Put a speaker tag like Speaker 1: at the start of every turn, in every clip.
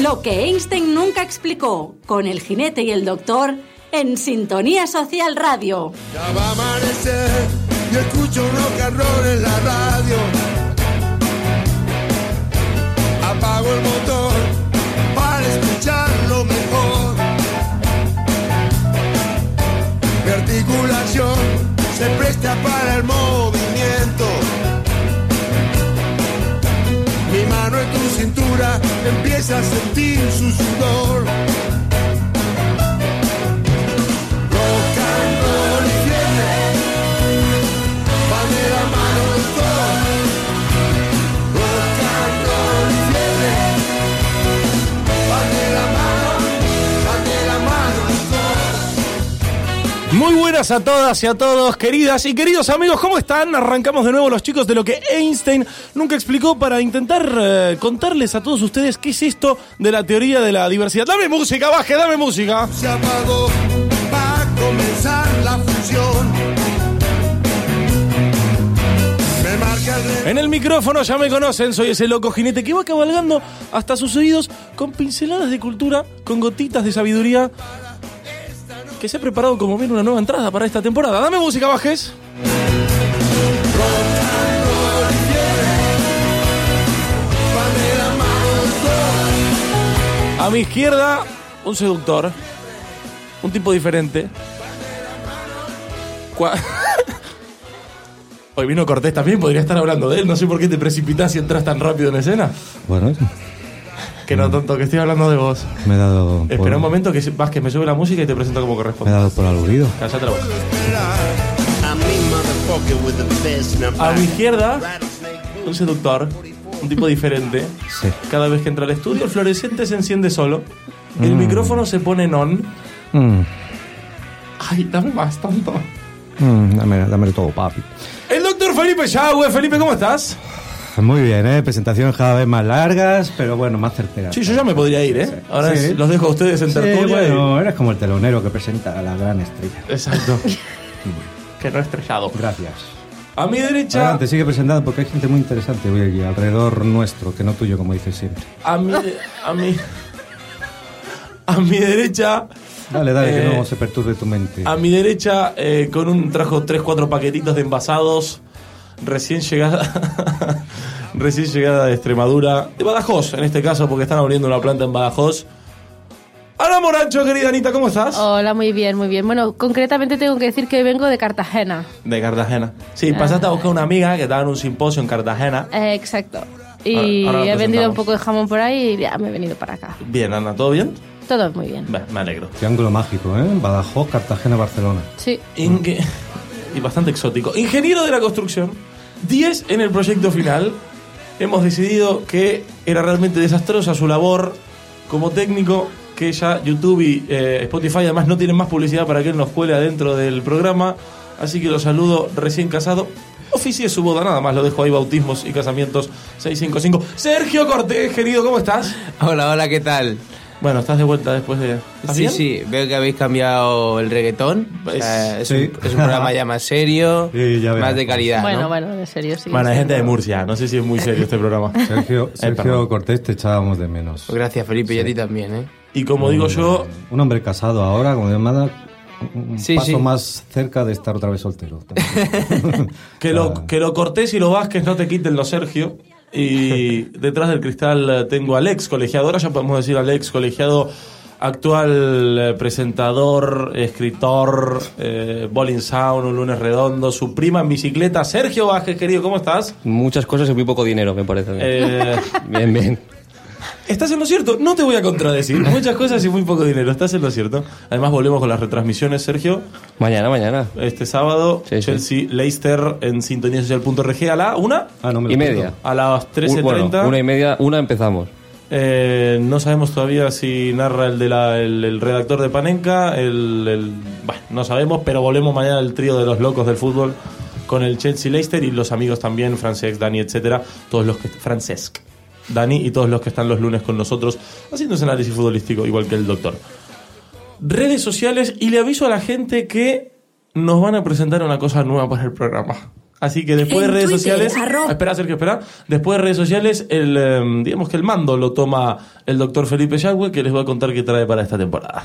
Speaker 1: Lo que Einstein nunca explicó, con el jinete y el doctor, en Sintonía Social Radio.
Speaker 2: Ya va a amanecer, yo escucho rock and roll en la radio. Apago el motor para escucharlo mejor. Mi articulación se presta para el movimiento. Mi mano en tu cintura empieza a sentir su sudor. Rock and roll y fiebre van de la mano los dos. Rock and roll y fiebre van de la mano, van de la mano los dos.
Speaker 3: Muy buenas a todas y a todos, queridas y queridos amigos, ¿cómo están? Arrancamos de nuevo los chicos de lo que Einstein nunca explicó para intentar eh, contarles a todos ustedes qué es esto de la teoría de la diversidad. Dame música, baje, dame música.
Speaker 2: se apagó, va a comenzar la fusión. Me marca el reloj,
Speaker 3: En el micrófono ya me conocen, soy ese loco jinete que va cabalgando hasta sus oídos con pinceladas de cultura, con gotitas de sabiduría, que se ha preparado como bien una nueva entrada para esta temporada. Dame música, bajes.
Speaker 2: van de la mano los dos.
Speaker 3: A mi izquierda, un seductor. Un tipo diferente. Cua- Hoy vino Cortés también, podría estar hablando de él. No sé por qué te precipitas y entras tan rápido en escena.
Speaker 4: Bueno,
Speaker 3: Que no, tonto, que estoy hablando de vos.
Speaker 4: me he dado. por-
Speaker 3: Espera un momento que vas que me sube la música y te presento como
Speaker 4: Me he
Speaker 3: corresponde.
Speaker 4: dado por aludido.
Speaker 3: Cállate la boca.
Speaker 5: I mean motherfucker with a fist and a
Speaker 3: A mi izquierda,
Speaker 5: rattlesnake boot.
Speaker 3: un seductor. Un tipo diferente.
Speaker 4: Sí.
Speaker 3: Cada vez que entra al estudio, el fluorescente se enciende solo. El micrófono se pone en on.
Speaker 4: Mm,
Speaker 3: Ay, dame más, tonto.
Speaker 4: mm, dame, dámelo todo, papi.
Speaker 3: El doctor Felipe Yagüe. Felipe, ¿cómo estás?
Speaker 4: Muy bien, ¿eh? Presentaciones cada vez más largas, pero bueno, más certeras.
Speaker 3: Sí, yo ya me podría ir, ¿eh? Ahora
Speaker 4: Sí.
Speaker 3: es- los dejo a ustedes en
Speaker 4: Sí,
Speaker 3: tertulia. y-
Speaker 4: bueno, eres como el telonero que presenta a la gran estrella.
Speaker 3: Exacto. que no he estrellado.
Speaker 4: Gracias.
Speaker 3: A mi derecha.
Speaker 4: Adelante, sigue presentando porque hay gente muy interesante hoy aquí, alrededor nuestro, que no tuyo, como dices siempre.
Speaker 3: A mi. A mi. A mi derecha.
Speaker 4: Dale, dale,
Speaker 3: Eh,
Speaker 4: que no se perturbe tu mente.
Speaker 3: A mi derecha, eh, con un. Trajo 3-4 paquetitos de envasados. Recién llegada. recién llegada de Extremadura. De Badajoz, en este caso, porque están abriendo una planta en Badajoz. Ana Morancho, querida Anita, ¿cómo estás?
Speaker 6: Hola, muy bien, muy bien. Bueno, concretamente tengo que decir que vengo de Cartagena.
Speaker 3: De Cartagena. Sí, pasaste a buscar una amiga que estaba en un simposio en Cartagena.
Speaker 6: Eh, exacto.
Speaker 3: Ahora-
Speaker 6: Y
Speaker 3: ahora lo
Speaker 6: he vendido
Speaker 3: presentamos.
Speaker 6: un poco de jamón por ahí y ya me he venido para acá.
Speaker 3: Bien, Ana, ¿todo bien?
Speaker 6: Todo muy bien.
Speaker 3: Bueno, me alegro.
Speaker 4: Triángulo mágico, ¿eh? Badajoz, Cartagena, Barcelona.
Speaker 6: Sí.
Speaker 3: Inge- Y bastante exótico. Ingeniero de la construcción, 10 en el proyecto final. Hemos decidido que era realmente desastrosa su labor como técnico, que ya YouTube y eh, Spotify además no tienen más publicidad para que él nos cuele adentro del programa. Así que lo saludo recién casado. Oficie su boda, nada más lo dejo ahí, bautismos y casamientos 655. Sergio Cortés, querido, ¿cómo estás?
Speaker 7: Hola, hola, ¿qué tal?
Speaker 3: Bueno, estás de vuelta después de... ¿Estás
Speaker 7: sí,
Speaker 3: bien?
Speaker 7: sí, veo que habéis cambiado el reggaetón. O sea,
Speaker 4: Pues,
Speaker 7: es,
Speaker 4: Sí.
Speaker 7: un, es un programa ya más serio,
Speaker 4: Sí, ya
Speaker 7: más
Speaker 4: verás.
Speaker 7: de calidad.
Speaker 6: Bueno,
Speaker 7: ¿no?
Speaker 6: bueno, en serio, sí.
Speaker 3: Bueno, hay
Speaker 6: sí.
Speaker 3: gente de Murcia, no sé si es muy serio este programa.
Speaker 4: Sergio,
Speaker 3: perdón.
Speaker 4: Sergio Cortés te echábamos de menos.
Speaker 7: Pues Gracias, Felipe, y a ti también, ¿eh?
Speaker 3: Y como digo yo,
Speaker 4: Un hombre casado ahora, como llamada, un
Speaker 7: Sí,
Speaker 4: paso
Speaker 7: sí.
Speaker 4: más cerca de estar otra vez soltero.
Speaker 3: que lo, que lo Cortés y lo Vázquez no te quiten lo Sergio. Y detrás del cristal eh, tengo al ex colegiado, ahora ya podemos decir al ex colegiado, actual eh, presentador, escritor, eh, Bowling Sound, un lunes redondo, su prima en bicicleta, Sergio Vázquez, querido, ¿cómo estás?
Speaker 8: Muchas cosas y muy poco dinero, me parece. a mí.
Speaker 3: Eh,
Speaker 8: Bien, bien.
Speaker 3: Estás en lo cierto, no te voy a contradecir. Muchas cosas y muy poco dinero, estás en lo cierto. Además, volvemos con las retransmisiones, Sergio.
Speaker 8: Mañana, mañana.
Speaker 3: Este sábado,
Speaker 8: Sí, sí.
Speaker 3: Chelsea Leicester en sintoniasocial.rg a la una,
Speaker 4: Ah, no me lo
Speaker 8: Y
Speaker 4: pierdo.
Speaker 8: media.
Speaker 3: a las
Speaker 8: U- bueno,
Speaker 3: 13.30.
Speaker 8: una y media, una empezamos.
Speaker 3: Eh, no sabemos todavía si narra el, de la- el, el redactor de Panenka. El, el- bueno, no sabemos, pero volvemos mañana al trío de los locos del fútbol con el Chelsea Leicester y los amigos también, Francesc, Dani, etcétera. Todos los que. Francesc, Dani y todos los que están los lunes con nosotros haciendo ese análisis futbolístico, igual que el doctor. Redes sociales y le aviso a la gente que nos van a presentar una cosa nueva para el programa. Así que después
Speaker 1: En
Speaker 3: de redes
Speaker 1: Twitter,
Speaker 3: sociales.
Speaker 1: arroba-
Speaker 3: Espera, Sergio, espera. Después de redes sociales, el, em, digamos que el mando lo toma el doctor Felipe Yagüe, que les va a contar qué trae para esta temporada.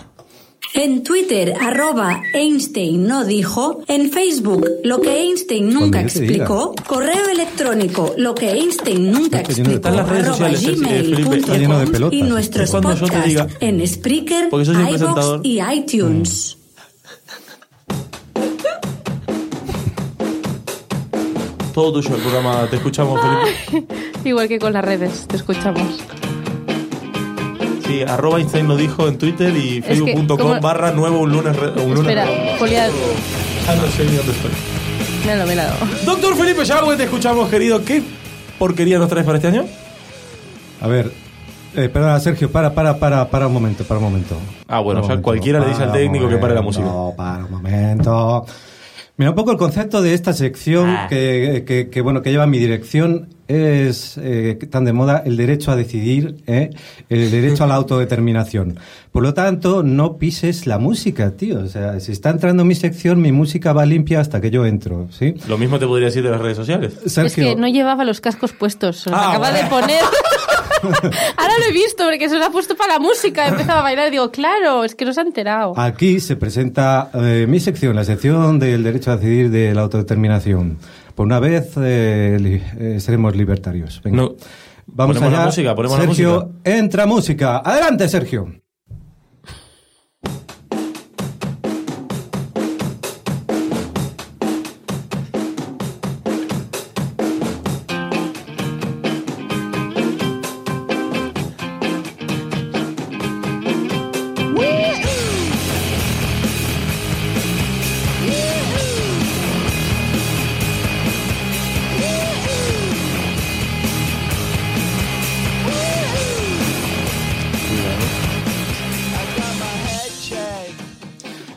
Speaker 1: En Twitter, arroba Einstein no dijo. En Facebook, lo que Einstein nunca
Speaker 4: Cuando yo te diga.
Speaker 1: explicó. Correo electrónico, lo que Einstein nunca
Speaker 4: Está lleno de
Speaker 1: explicó.
Speaker 4: pelotas. Están las
Speaker 3: redes
Speaker 1: arroba
Speaker 3: sociales, sí, sí, Felipe, está
Speaker 4: lleno de
Speaker 1: gmail.com
Speaker 4: pelotas.
Speaker 1: Y nuestros
Speaker 3: Cuando yo te
Speaker 1: podcasts
Speaker 3: diga.
Speaker 1: en Spreaker,
Speaker 3: Porque yo soy el
Speaker 1: iVoox
Speaker 3: presentador.
Speaker 1: y iTunes.
Speaker 3: Todo tuyo el programa. Te escuchamos, Felipe.
Speaker 6: Igual que con las redes, te escuchamos.
Speaker 3: Sí, arroba Einstein lo dijo en Twitter y
Speaker 6: Es que,
Speaker 3: facebook.com
Speaker 6: como-
Speaker 3: barra nuevo un lunes. re- Un lunes
Speaker 6: Espera,
Speaker 3: re-
Speaker 6: Julia,
Speaker 3: Ah, no sé ni dónde estoy.
Speaker 6: míralo, míralo.
Speaker 3: Doctor Felipe Yagüe, te escuchamos, querido. ¿Qué porquería nos traes para este año?
Speaker 4: A ver, eh, perdona, Sergio, para, para, para, para un momento, para un momento.
Speaker 3: Ah, bueno,
Speaker 4: Para un
Speaker 3: ya cualquiera le dice al
Speaker 4: para un
Speaker 3: técnico que pare la
Speaker 4: momento,
Speaker 3: música.
Speaker 4: Para un momento. Mira, un poco el concepto de esta sección
Speaker 3: Ah.
Speaker 4: que, que- que, bueno, que lleva mi dirección es eh, tan de moda el derecho a decidir, ¿eh? el derecho a la autodeterminación. Por lo tanto, no pises la música, tío. O sea, si está entrando mi sección, mi música va limpia hasta que yo entro, ¿sí?
Speaker 3: Lo mismo te podría decir de las redes sociales.
Speaker 4: Sergio,
Speaker 6: Es que no llevaba los cascos puestos, se los
Speaker 3: Ah,
Speaker 6: acaba de
Speaker 3: bueno.
Speaker 6: poner. Ahora lo he visto, porque se los ha puesto para la música. Empezaba a bailar y digo, claro, es que no se ha enterado.
Speaker 4: Aquí se presenta eh, mi sección, la sección del derecho a decidir de la autodeterminación. Por una vez eh, li- eh, seremos libertarios. Venga.
Speaker 3: No.
Speaker 4: Vamos
Speaker 3: Ponemos la
Speaker 4: allá.
Speaker 3: música, ponemos la
Speaker 4: Sergio,
Speaker 3: música.
Speaker 4: entra música. Adelante, Sergio.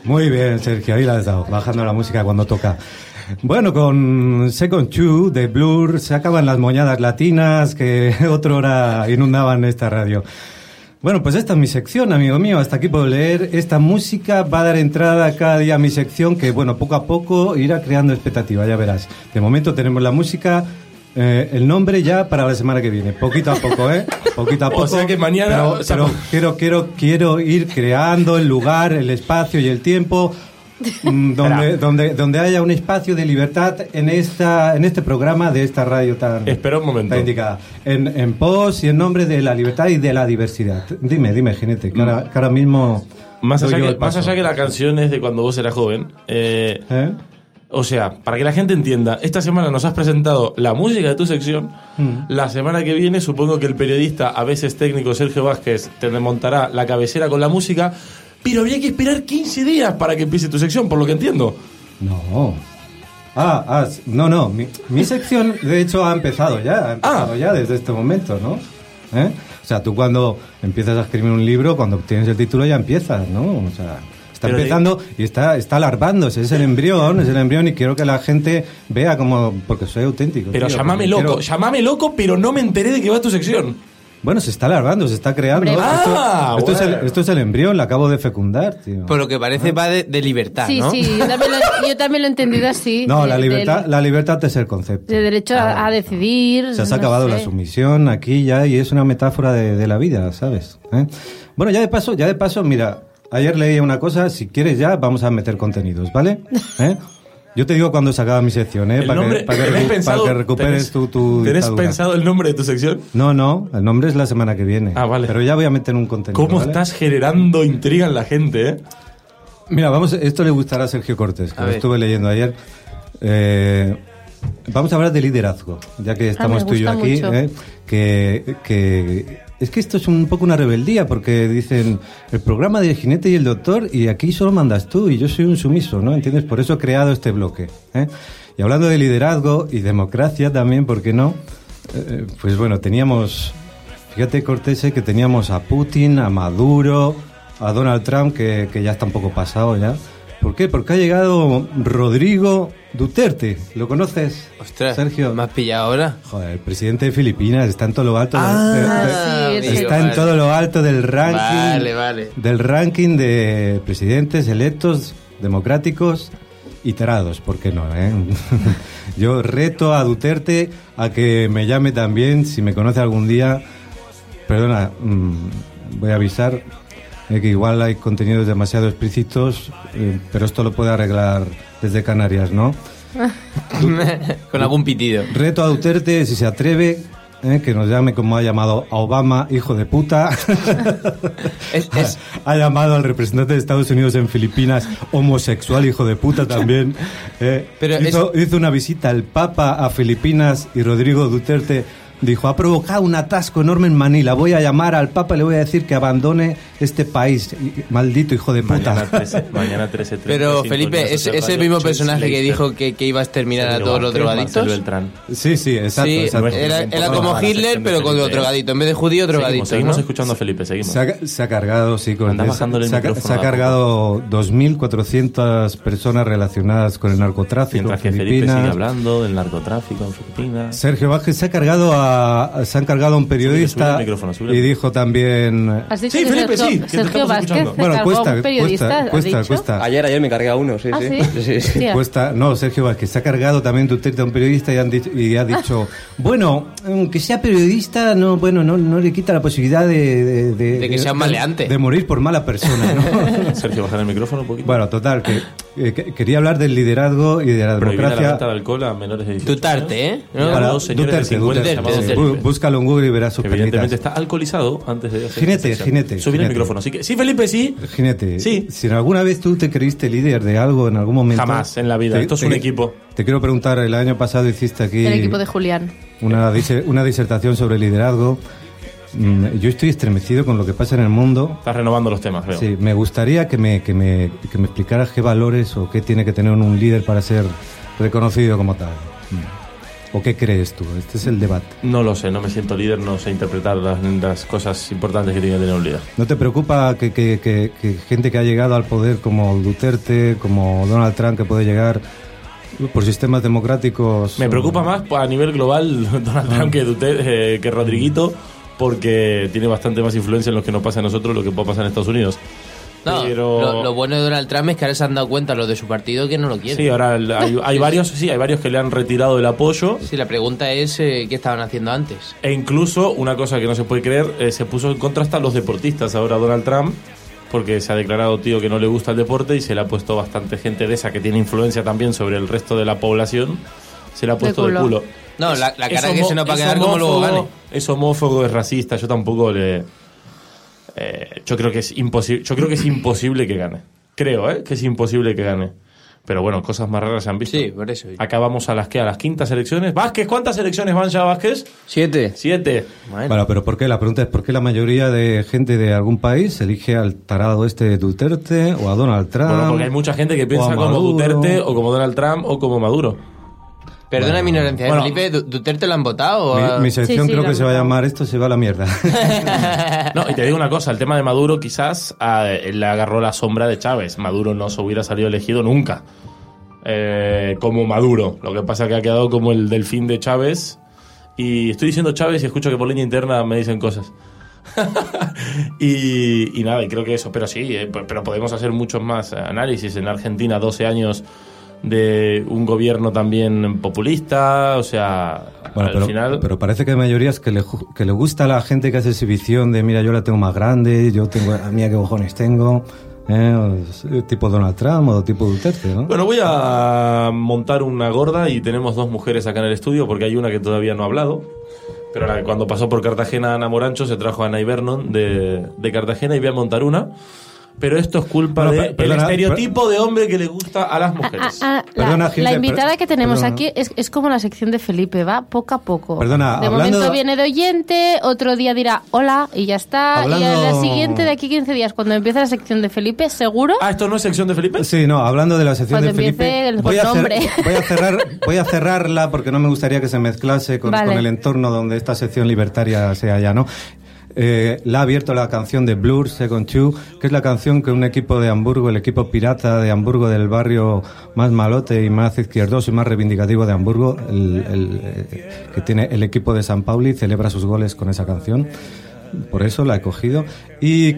Speaker 4: Muy bien, Sergio, ahí la has dado, bajando la música cuando toca. Bueno, con Second Two de Blur se acaban las moñadas latinas que otra hora inundaban esta radio. Bueno, pues esta es mi sección, amigo mío. Hasta aquí puedo leer. Esta música va a dar entrada cada día a mi sección que, bueno, poco a poco irá creando expectativa, ya verás. De momento tenemos la música, eh, el nombre ya para la semana que viene. Poquito a poco, ¿eh? Poquito a
Speaker 3: O
Speaker 4: poco.
Speaker 3: sea que mañana-
Speaker 4: Pero-
Speaker 3: o sea,
Speaker 4: pero- quiero, quiero, quiero ir creando el lugar, el espacio y el tiempo mm, donde, donde, donde haya un espacio de libertad en esta en este programa de esta radio tan,
Speaker 3: Mm. Espera un momento.
Speaker 4: tan indicada. En, en pos y en nombre de la libertad y de la diversidad. Dime, dime, jinete, que ahora, que ahora mismo.
Speaker 3: Mm. Más
Speaker 4: doy
Speaker 3: allá,
Speaker 4: yo
Speaker 3: que,
Speaker 4: el
Speaker 3: más
Speaker 4: paso.
Speaker 3: allá que la canción es de cuando vos eras joven. eh,
Speaker 4: ¿Eh?
Speaker 3: O sea, para que la gente entienda, esta semana nos has presentado la música de tu sección.
Speaker 4: Mm.
Speaker 3: La semana que viene, supongo que el periodista, a veces técnico Sergio Vázquez, te remontará la cabecera con la música. Pero habría que esperar 15 días para que empiece tu sección, por lo que entiendo.
Speaker 4: No. Ah, ah, s- no, no. Mi, mi sección, de hecho, ha empezado
Speaker 3: Ah.
Speaker 4: ya. Ha empezado ya desde este momento, ¿no? ¿Eh? O sea, tú cuando empiezas a escribir un libro, cuando obtienes el título ya empiezas, ¿no? O sea, está
Speaker 3: Pero de-
Speaker 4: empezando y está, está larvándose. Es el embrión, es el embrión y quiero que la gente vea como... Porque soy auténtico.
Speaker 3: Pero
Speaker 4: tío,
Speaker 3: llámame
Speaker 4: porque
Speaker 3: loco,
Speaker 4: quiero-
Speaker 3: llámame loco, pero no me enteré de que va tu sección.
Speaker 4: Bueno, se está larvando, se está creando.
Speaker 3: Hombre,
Speaker 4: esto,
Speaker 3: ah,
Speaker 4: esto es el,
Speaker 3: bueno.
Speaker 4: esto es el embrión, lo acabo de fecundar, tío.
Speaker 7: Por lo que parece va de, de libertad,
Speaker 6: sí,
Speaker 7: ¿no?
Speaker 6: sí, yo también, lo, yo también lo he entendido así.
Speaker 4: No,
Speaker 6: de-
Speaker 4: la libertad,
Speaker 6: del-
Speaker 4: la libertad es el concepto.
Speaker 6: de derecho a, a decidir.
Speaker 4: Ah, Se has
Speaker 6: Mm, no
Speaker 4: acabado
Speaker 6: sé.
Speaker 4: la sumisión aquí ya y es una metáfora de, de la vida, ¿sabes? ¿Eh? Bueno, ya de paso, ya de paso, mira, ayer leí una cosa, si quieres ya vamos a meter contenidos, ¿vale? ¿Eh? Yo te digo cuando se acaba mi sección, ¿eh?
Speaker 3: El nombre,
Speaker 4: que, para, que,
Speaker 3: ¿tenés
Speaker 4: recu-
Speaker 3: pensado-
Speaker 4: para que recuperes
Speaker 3: tenés-
Speaker 4: tu, tu
Speaker 3: ¿Tenés
Speaker 4: dictadura.
Speaker 3: pensado el nombre de tu sección?
Speaker 4: No, no, el nombre es la semana que viene.
Speaker 3: Ah, vale.
Speaker 4: Pero ya voy a meter un contenido.
Speaker 3: ¿Cómo
Speaker 4: ¿vale?
Speaker 3: estás generando intriga en la gente, eh?
Speaker 4: Mira, vamos, esto le gustará a Sergio Cortés, que
Speaker 7: A
Speaker 4: lo
Speaker 7: ver.
Speaker 4: estuve leyendo ayer. Eh, vamos a hablar de liderazgo, ya que estamos tú y yo
Speaker 6: Ah, gusta
Speaker 4: aquí.
Speaker 6: mucho.
Speaker 4: ¿eh? que, que- es que esto es un poco una rebeldía, porque dicen el programa del jinete y el doctor, y aquí solo mandas tú, y yo soy un sumiso, ¿no? ¿Entiendes? Por eso he creado este bloque. ¿eh? Y hablando de liderazgo y democracia también, ¿por qué no? Eh, pues bueno, teníamos Fíjate, Cortese, que teníamos a Putin, a Maduro, a Donald Trump, que, que ya está un poco pasado ya. ¿Por qué? Porque ha llegado Rodrigo Duterte. ¿Lo conoces?
Speaker 7: Ostras,
Speaker 4: Sergio.
Speaker 7: ¿me has pillado ahora?
Speaker 4: Joder, el presidente de Filipinas está en todo lo alto. de- de-
Speaker 6: Ah,
Speaker 4: de-
Speaker 6: sí, ese.
Speaker 4: está en
Speaker 7: vale.
Speaker 4: todo lo alto del ranking.
Speaker 7: Vale, vale.
Speaker 4: Del ranking de presidentes electos democráticos. iterados, ¿por qué no? eh? Yo reto a Duterte a que me llame también, si me conoce algún día. Perdona, mm, voy a avisar eh, que igual hay contenidos demasiado explícitos, eh, pero esto lo puede arreglar desde Canarias, ¿no?
Speaker 7: Con algún pitido.
Speaker 4: Reto a Duterte, si se atreve, eh, que nos llame como ha llamado a Obama, hijo de puta.
Speaker 7: Es-
Speaker 4: Ah.
Speaker 7: es-
Speaker 4: Ha llamado al representante de Estados Unidos en Filipinas homosexual, hijo de puta también. eh.
Speaker 7: Pero
Speaker 4: hizo, hizo una visita al Papa a Filipinas y Rodrigo Duterte dijo, ha provocado un atasco enorme en Manila, voy a llamar al Papa y le voy a decir que abandone este país, y- maldito hijo de
Speaker 3: Mañana
Speaker 4: puta.
Speaker 3: 13, mañana 13,
Speaker 7: pero Felipe, es, ese mismo personaje que dijo que, que iba a exterminar a todos los drogadictos.
Speaker 4: Sí, sí, exacto.
Speaker 7: Sí,
Speaker 4: exacto.
Speaker 7: era,
Speaker 3: Un
Speaker 7: era
Speaker 3: poco
Speaker 7: como
Speaker 3: mala la
Speaker 7: Hitler,
Speaker 3: sección de
Speaker 7: pero con los
Speaker 3: Felipe.
Speaker 7: drogaditos. En vez de judío, drogadito.
Speaker 3: Seguimos, seguimos
Speaker 7: ¿no?
Speaker 3: escuchando a Felipe, seguimos.
Speaker 4: Se ha, se ha cargado, sí, con
Speaker 3: Anda
Speaker 4: eso.
Speaker 3: bajándole el
Speaker 4: se ha, ca-
Speaker 3: micrófono
Speaker 4: se ha
Speaker 3: a poco.
Speaker 4: cargado 2.400 personas relacionadas con el narcotráfico en
Speaker 3: Mientras que Felipe sigue
Speaker 4: Filipinas.
Speaker 3: hablando del narcotráfico en Filipinas.
Speaker 4: Sergio Vázquez se ha cargado a, se han cargado a un
Speaker 3: Sube, sube
Speaker 4: periodista
Speaker 3: el micrófono, sube el
Speaker 4: y
Speaker 3: micrófono.
Speaker 4: dijo también...
Speaker 6: Has dicho
Speaker 3: Sí,
Speaker 6: que
Speaker 3: Felipe,
Speaker 6: Sergio,
Speaker 3: sí, que te
Speaker 6: Sergio
Speaker 3: estamos
Speaker 6: Vázquez
Speaker 3: escuchando.
Speaker 6: se
Speaker 4: Bueno,
Speaker 6: cargó a
Speaker 4: cuesta,
Speaker 6: un periodista.
Speaker 4: cuesta,
Speaker 6: ¿has
Speaker 4: cuesta,
Speaker 6: dicho?
Speaker 4: cuesta.
Speaker 8: Ayer, ayer me cargué a uno, sí,
Speaker 6: ¿Ah,
Speaker 8: sí.
Speaker 6: sí? Hostia.
Speaker 4: Cuesta- no, Sergio Vázquez, se ha cargado también Duterte a un periodista y, han dicho- y ha dicho, bueno, aunque sea periodista, no, bueno, no, no le quita la posibilidad de... De,
Speaker 7: De que sea un maleante.
Speaker 4: De morir por mala persona, ¿no?
Speaker 3: Sergio, bajar el micrófono un poquito.
Speaker 4: Bueno, total, que, eh, que- quería hablar del liderazgo y de la
Speaker 3: Prohibir la
Speaker 4: democracia.
Speaker 3: venta de alcohol a menores de 18
Speaker 7: Tutarte,
Speaker 3: años.
Speaker 7: ¿eh? ¿No?
Speaker 3: Y a
Speaker 4: Para-
Speaker 3: dos señores de
Speaker 4: Duterte,
Speaker 3: 50
Speaker 4: Duterte,
Speaker 3: llamados
Speaker 7: Duterte.
Speaker 3: Duterte.
Speaker 4: Bú- Búscalo en Google y verás sus
Speaker 3: Que Evidentemente está
Speaker 4: pernitas.
Speaker 3: alcoholizado antes de... hacer
Speaker 4: Jinete,
Speaker 3: esta sección. Subir
Speaker 4: jinete,
Speaker 3: el
Speaker 4: jinete.
Speaker 3: micrófono. Así que, sí, Felipe, sí.
Speaker 4: Jinete,
Speaker 3: Sí.
Speaker 4: si en alguna vez tú te creíste líder de algo en algún momento...
Speaker 3: Jamás en la vida. Esto es un equipo.
Speaker 4: Te quiero preguntar, el año pasado hiciste aquí
Speaker 6: El equipo de Julián.
Speaker 4: una, dise- una disertación sobre liderazgo. Mm, Yo estoy estremecido con lo que pasa en el mundo.
Speaker 3: Estás renovando los temas, veo.
Speaker 4: Sí, me gustaría que me, que, me, que me explicaras qué valores o qué tiene que tener un líder para ser reconocido como tal. Mm. ¿O qué crees tú? Este es el debate.
Speaker 3: No lo sé, no me siento líder, no sé interpretar las, las cosas importantes que tiene que tener un líder.
Speaker 4: ¿No te preocupa que, que- que- que gente que ha llegado al poder como Duterte, como Donald Trump, que puede llegar por sistemas democráticos?
Speaker 3: Me preocupa más pues, a nivel global Donald Trump que, Duterte, eh, que Rodriguito, porque tiene bastante más influencia en lo que nos pasa a nosotros, lo que puede pasar en Estados Unidos.
Speaker 7: No,
Speaker 3: Pero-
Speaker 7: lo, lo bueno de Donald Trump es que ahora se han dado cuenta los de su partido que no lo quieren.
Speaker 3: Sí, ahora el- hay, hay varios, sí, hay varios que le han retirado el apoyo.
Speaker 7: Sí, la pregunta es eh, qué estaban haciendo antes.
Speaker 3: E incluso, una cosa que no se puede creer, eh, se puso en contra hasta los deportistas ahora Donald Trump, porque se ha declarado tío que no le gusta el deporte y se le ha puesto bastante gente de esa que tiene influencia también sobre el resto de la población, se le ha puesto de
Speaker 6: culo.
Speaker 3: culo.
Speaker 7: No, la- la cara que se nos va a
Speaker 3: es
Speaker 7: quedar como luego
Speaker 3: homófobo,
Speaker 7: gane.
Speaker 3: Es homófobo, es racista, yo tampoco le... eh, yo, creo que es imposible, yo creo que es imposible que gane. Creo, ¿eh? Que es imposible que gane. Pero bueno, cosas más raras se han visto.
Speaker 7: Sí, por eso.
Speaker 3: Acabamos a las que a las quintas elecciones. Vázquez, ¿cuántas elecciones van ya, Vázquez?
Speaker 7: ¿Siete?
Speaker 3: Siete.
Speaker 4: Bueno, pero ¿por qué? La pregunta es ¿por qué la mayoría de gente de algún país elige al tarado este de Duterte o a Donald Trump?
Speaker 3: Bueno, porque hay mucha gente que
Speaker 4: o
Speaker 3: piensa
Speaker 4: a
Speaker 3: como
Speaker 4: Maduro.
Speaker 3: Duterte o como Donald Trump o como Maduro.
Speaker 7: Perdona mi ignorancia, ¿eh,
Speaker 3: Bueno.
Speaker 7: Felipe, ¿Du- ¿Duterte lo han votado? ah. o ha-
Speaker 4: Mi, mi sección
Speaker 6: Sí, sí,
Speaker 4: creo
Speaker 6: la
Speaker 4: que se va a
Speaker 6: mitad.
Speaker 4: llamar Esto se va a la mierda.
Speaker 3: No, y te digo una cosa, el tema de Maduro quizás ah, eh, le agarró la sombra de Chávez. Maduro no se hubiera salido elegido nunca eh, como Maduro. Lo que pasa que ha quedado como el delfín de Chávez. Y estoy diciendo Chávez y escucho que por línea interna me dicen cosas. y, y nada, y creo que eso, pero sí, eh, p- pero podemos hacer muchos más eh, análisis. En Argentina, 12 años de un gobierno también populista, o sea,
Speaker 4: Bueno,
Speaker 3: al
Speaker 4: pero,
Speaker 3: final...
Speaker 4: pero parece que hay mayorías que le, ju- que le gusta a la gente que hace exhibición de mira, yo la tengo más grande, yo tengo, a mía qué cojones tengo, ¿eh? O- tipo Donald Trump o tipo Duterte, ¿no?
Speaker 3: Bueno, voy a montar una gorda y tenemos dos mujeres acá en el estudio porque hay una que todavía no ha hablado. Pero la que cuando pasó por Cartagena Ana Morancho se trajo a Ana Ibernon de, de Cartagena y voy a montar una. Pero esto es culpa
Speaker 4: Bueno,
Speaker 3: del
Speaker 4: per- perdona,
Speaker 3: estereotipo de hombre que le gusta a las
Speaker 6: Ah, ah,
Speaker 3: mujeres.
Speaker 6: ah, la,
Speaker 4: Perdona,
Speaker 6: la
Speaker 4: Gilda,
Speaker 6: invitada
Speaker 4: per-
Speaker 6: que tenemos
Speaker 4: perdona.
Speaker 6: aquí es, es como la sección de Felipe, va poco a poco.
Speaker 4: Perdona,
Speaker 6: de
Speaker 4: hablando-
Speaker 6: momento viene de oyente, otro día dirá hola y ya está. Y a la
Speaker 4: Hablando-
Speaker 6: siguiente, de aquí 15 días, cuando empiece la sección de Felipe, seguro.
Speaker 3: Ah, ¿esto no es sección de Felipe?
Speaker 4: Sí, no, hablando de la sección
Speaker 6: Cuando
Speaker 4: de Felipe,
Speaker 6: empiece el
Speaker 4: voy a, cer-
Speaker 6: nombre.
Speaker 4: voy, a cerrar, voy a cerrarla porque no me gustaría que se mezclase con,
Speaker 6: Vale.
Speaker 4: con el entorno donde esta sección libertaria sea ya, ¿no? Eh, la ha abierto la canción de Blur, Second Two, que es la canción que un equipo de Hamburgo, el equipo pirata de Hamburgo del barrio más malote y más izquierdoso y más reivindicativo de Hamburgo, el- el, eh, que tiene el equipo de San Pauli, celebra sus goles con esa canción. Por eso la he cogido. Y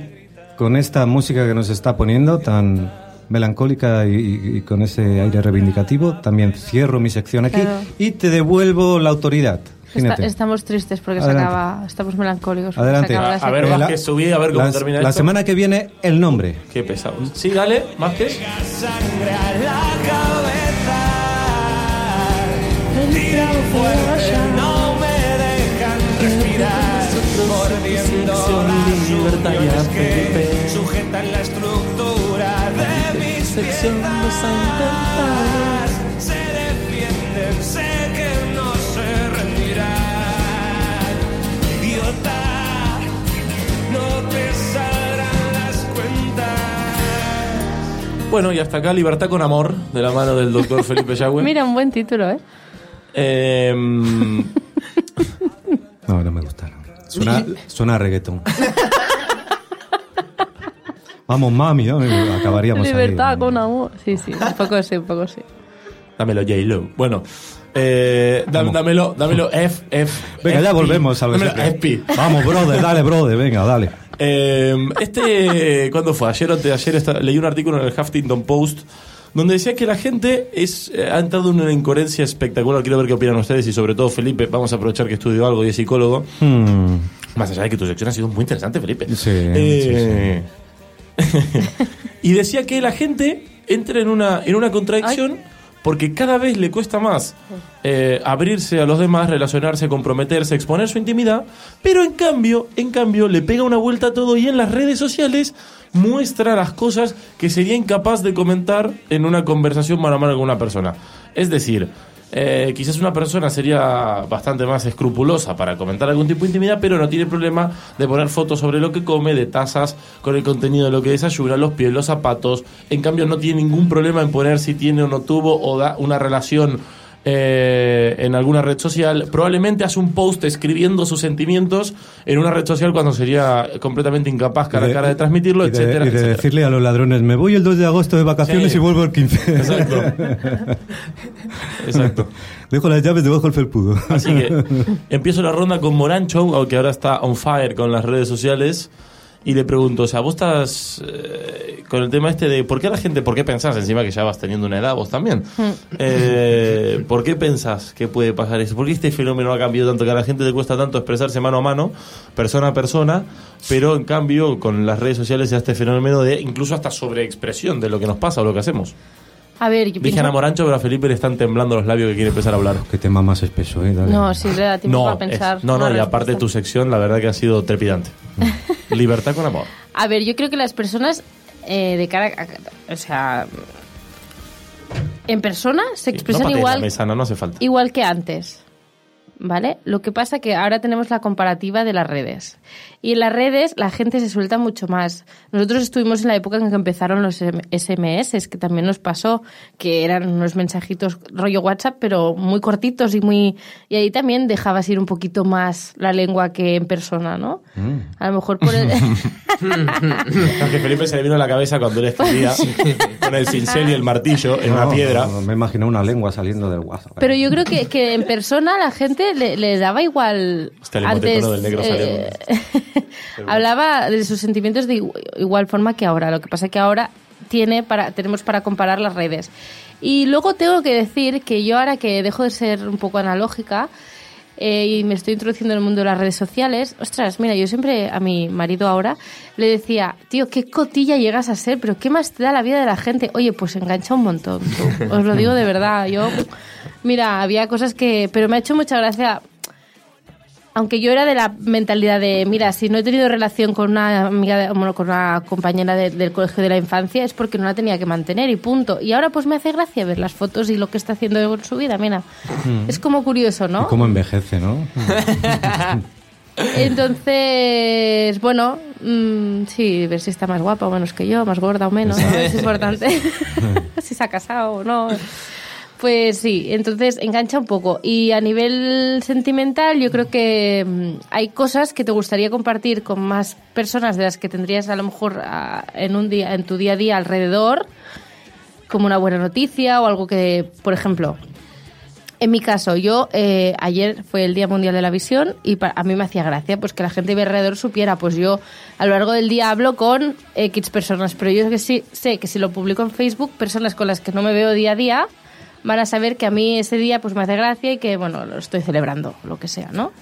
Speaker 4: con esta música que nos está poniendo tan melancólica y- y, y con ese aire reivindicativo, también cierro mi sección aquí
Speaker 6: Claro.
Speaker 4: y te devuelvo la autoridad.
Speaker 6: Está-
Speaker 4: Jinete.
Speaker 6: estamos tristes porque
Speaker 4: Adelante.
Speaker 6: se acaba. Estamos melancólicos. porque
Speaker 4: Adelante.
Speaker 6: Se acaba la
Speaker 3: A- a ver,
Speaker 6: sección.
Speaker 4: la-
Speaker 3: Vázquez, subí a ver cómo
Speaker 4: la-
Speaker 3: termina
Speaker 4: La
Speaker 3: esto.
Speaker 4: semana que viene, el nombre.
Speaker 3: Qué pesados. Sí, dale, Vázquez. Bueno, y hasta acá Libertad con Amor, de la mano del doctor Felipe Yagüe.
Speaker 6: Mira, un buen título, ¿eh?
Speaker 3: Eh, mm,
Speaker 4: No, no me gustaron. Suena, suena a reggaetón. Vamos, mami, ¿no? acabaríamos ahí.
Speaker 6: Libertad con amor. Sí, sí, un poco sí, un poco sí.
Speaker 3: dámelo, J-Lo. Bueno, eh, dá- dámelo, dámelo, F, F.
Speaker 4: Venga, ya
Speaker 3: FP.
Speaker 4: volvemos al
Speaker 3: Dámelo,
Speaker 4: BCP.
Speaker 3: FP.
Speaker 4: Vamos, brother, dale, brother, venga, dale.
Speaker 3: Eh, este, ¿cuándo fue? Ayer o antes de ayer esta- leí un artículo en el Huffington Post donde decía que la gente es, eh, ha entrado en una incoherencia espectacular. Quiero ver qué opinan ustedes y sobre todo Felipe, vamos a aprovechar que estudió algo y es psicólogo.
Speaker 4: Hmm,
Speaker 3: Más allá de que tu sección ha sido muy interesante, Felipe.
Speaker 4: Sí,
Speaker 3: Eh, y decía que la gente entra en una, en una contradicción porque cada vez le cuesta más eh, abrirse a los demás, relacionarse, comprometerse, exponer su intimidad, pero en cambio, en cambio, le pega una vuelta a todo y en las redes sociales muestra las cosas que sería incapaz de comentar en una conversación mano a mano con una persona. Es decir, eh, quizás una persona sería bastante más escrupulosa para comentar algún tipo de intimidad, pero no tiene problema de poner fotos sobre lo que come, de tazas, con el contenido de lo que desayuna, los pies, los zapatos. En cambio, no tiene ningún problema en poner si tiene o no tuvo o da una relación eh, en alguna red social. Probablemente hace un post escribiendo sus sentimientos en una red social cuando sería completamente incapaz cara a cara de transmitirlo,
Speaker 4: y de-
Speaker 3: etcétera,
Speaker 4: Y de
Speaker 3: etcétera.
Speaker 4: decirle a los ladrones, me voy el 2 de agosto de vacaciones
Speaker 3: Sí.
Speaker 4: y vuelvo el 15.
Speaker 3: Exacto. Exacto.
Speaker 4: Dejo las llaves debajo del felpudo.
Speaker 3: Así que empiezo la ronda con Morancho, aunque ahora está on fire con las redes sociales. Y le pregunto, o sea, vos estás eh, con el tema este de por qué la gente, por qué pensás, encima que ya vas teniendo una edad vos también, Eh, ¿por qué pensás que puede pasar eso? ¿Por qué este fenómeno ha cambiado tanto que a la gente le cuesta tanto expresarse mano a mano, persona a persona, pero en cambio con las redes sociales se da este fenómeno de incluso hasta sobreexpresión de lo que nos pasa o lo que hacemos?
Speaker 6: A ver, yo
Speaker 3: Dije a
Speaker 6: pienso...
Speaker 3: Ana Morancho, pero a Felipe le están temblando los labios que quiere empezar a hablar.
Speaker 4: Qué tema más espeso, ¿eh? Dale.
Speaker 6: No, sí, le da tiempo para
Speaker 3: No,
Speaker 6: pensar.
Speaker 3: es- no, no,
Speaker 6: una
Speaker 3: y aparte
Speaker 6: respuesta.
Speaker 3: tu sección, la verdad que ha sido trepidante. Libertad con amor.
Speaker 6: A ver, yo creo que las personas eh, de cara a... O sea... En persona se
Speaker 3: no
Speaker 6: expresan
Speaker 3: patees
Speaker 6: igual...
Speaker 3: la mesa, no, no hace falta.
Speaker 6: igual que antes. ¿Vale? Lo que pasa que ahora tenemos la comparativa de las redes. Y en las redes la gente se suelta mucho más. Nosotros estuvimos en la época en que empezaron los M- SMS, que también nos pasó, que eran unos mensajitos rollo WhatsApp, pero muy cortitos y muy... Y ahí también dejabas ir un poquito más la lengua que en persona, ¿no?
Speaker 3: Mm.
Speaker 6: A lo mejor por el...
Speaker 3: Es que Felipe se le vino a la cabeza cuando él escribía con el cincel y el martillo en una
Speaker 4: No,
Speaker 3: piedra.
Speaker 4: no, me imagino una lengua saliendo del guazo.
Speaker 6: Pero yo creo que, que en persona la gente le, le daba igual.
Speaker 3: Hostia, el
Speaker 6: antes, eh,
Speaker 3: emoticono Este del negro
Speaker 6: hablaba de sus sentimientos de igu- igual forma que ahora. Lo que pasa que ahora tiene para, tenemos para comparar las redes. Y luego tengo que decir que yo ahora que dejo de ser un poco analógica eh, y me estoy introduciendo en el mundo de las redes sociales, ostras, mira, yo siempre a mi marido ahora le decía, tío, qué cotilla llegas a ser, pero qué más te da la vida de la gente. Oye, pues engancha un montón, tú. os lo digo de verdad. Yo, mira, había cosas que, pero me ha hecho mucha gracia aunque yo era de la mentalidad de, mira, si no he tenido relación con una amiga, de- bueno, con una compañera de- del colegio de la infancia, es porque no la tenía que mantener y punto. Y ahora pues me hace gracia ver las fotos y lo que está haciendo con su vida, mira. Es como curioso, ¿no?
Speaker 4: Cómo envejece, ¿no?
Speaker 6: Entonces, bueno, mm, sí, ver si está más guapa o menos que yo, más gorda o menos, ¿no? es importante. si se ha casado o no. Pues sí, entonces engancha un poco. Y a nivel sentimental, yo creo que mm, hay cosas que te gustaría compartir con más personas de las que tendrías a lo mejor ah, en un día, en tu día a día alrededor, como una buena noticia o algo que, por ejemplo, En mi caso, yo eh, ayer fue el Día Mundial de la Visión y pa- a mí me hacía gracia pues que la gente de mi alrededor supiera, pues yo a lo largo del día hablo con X personas, pero yo que sí, sé que si lo publico en Facebook, personas con las que no me veo día a día van a saber que a mí ese día pues me hace gracia y que bueno, lo estoy celebrando, lo que sea, ¿no?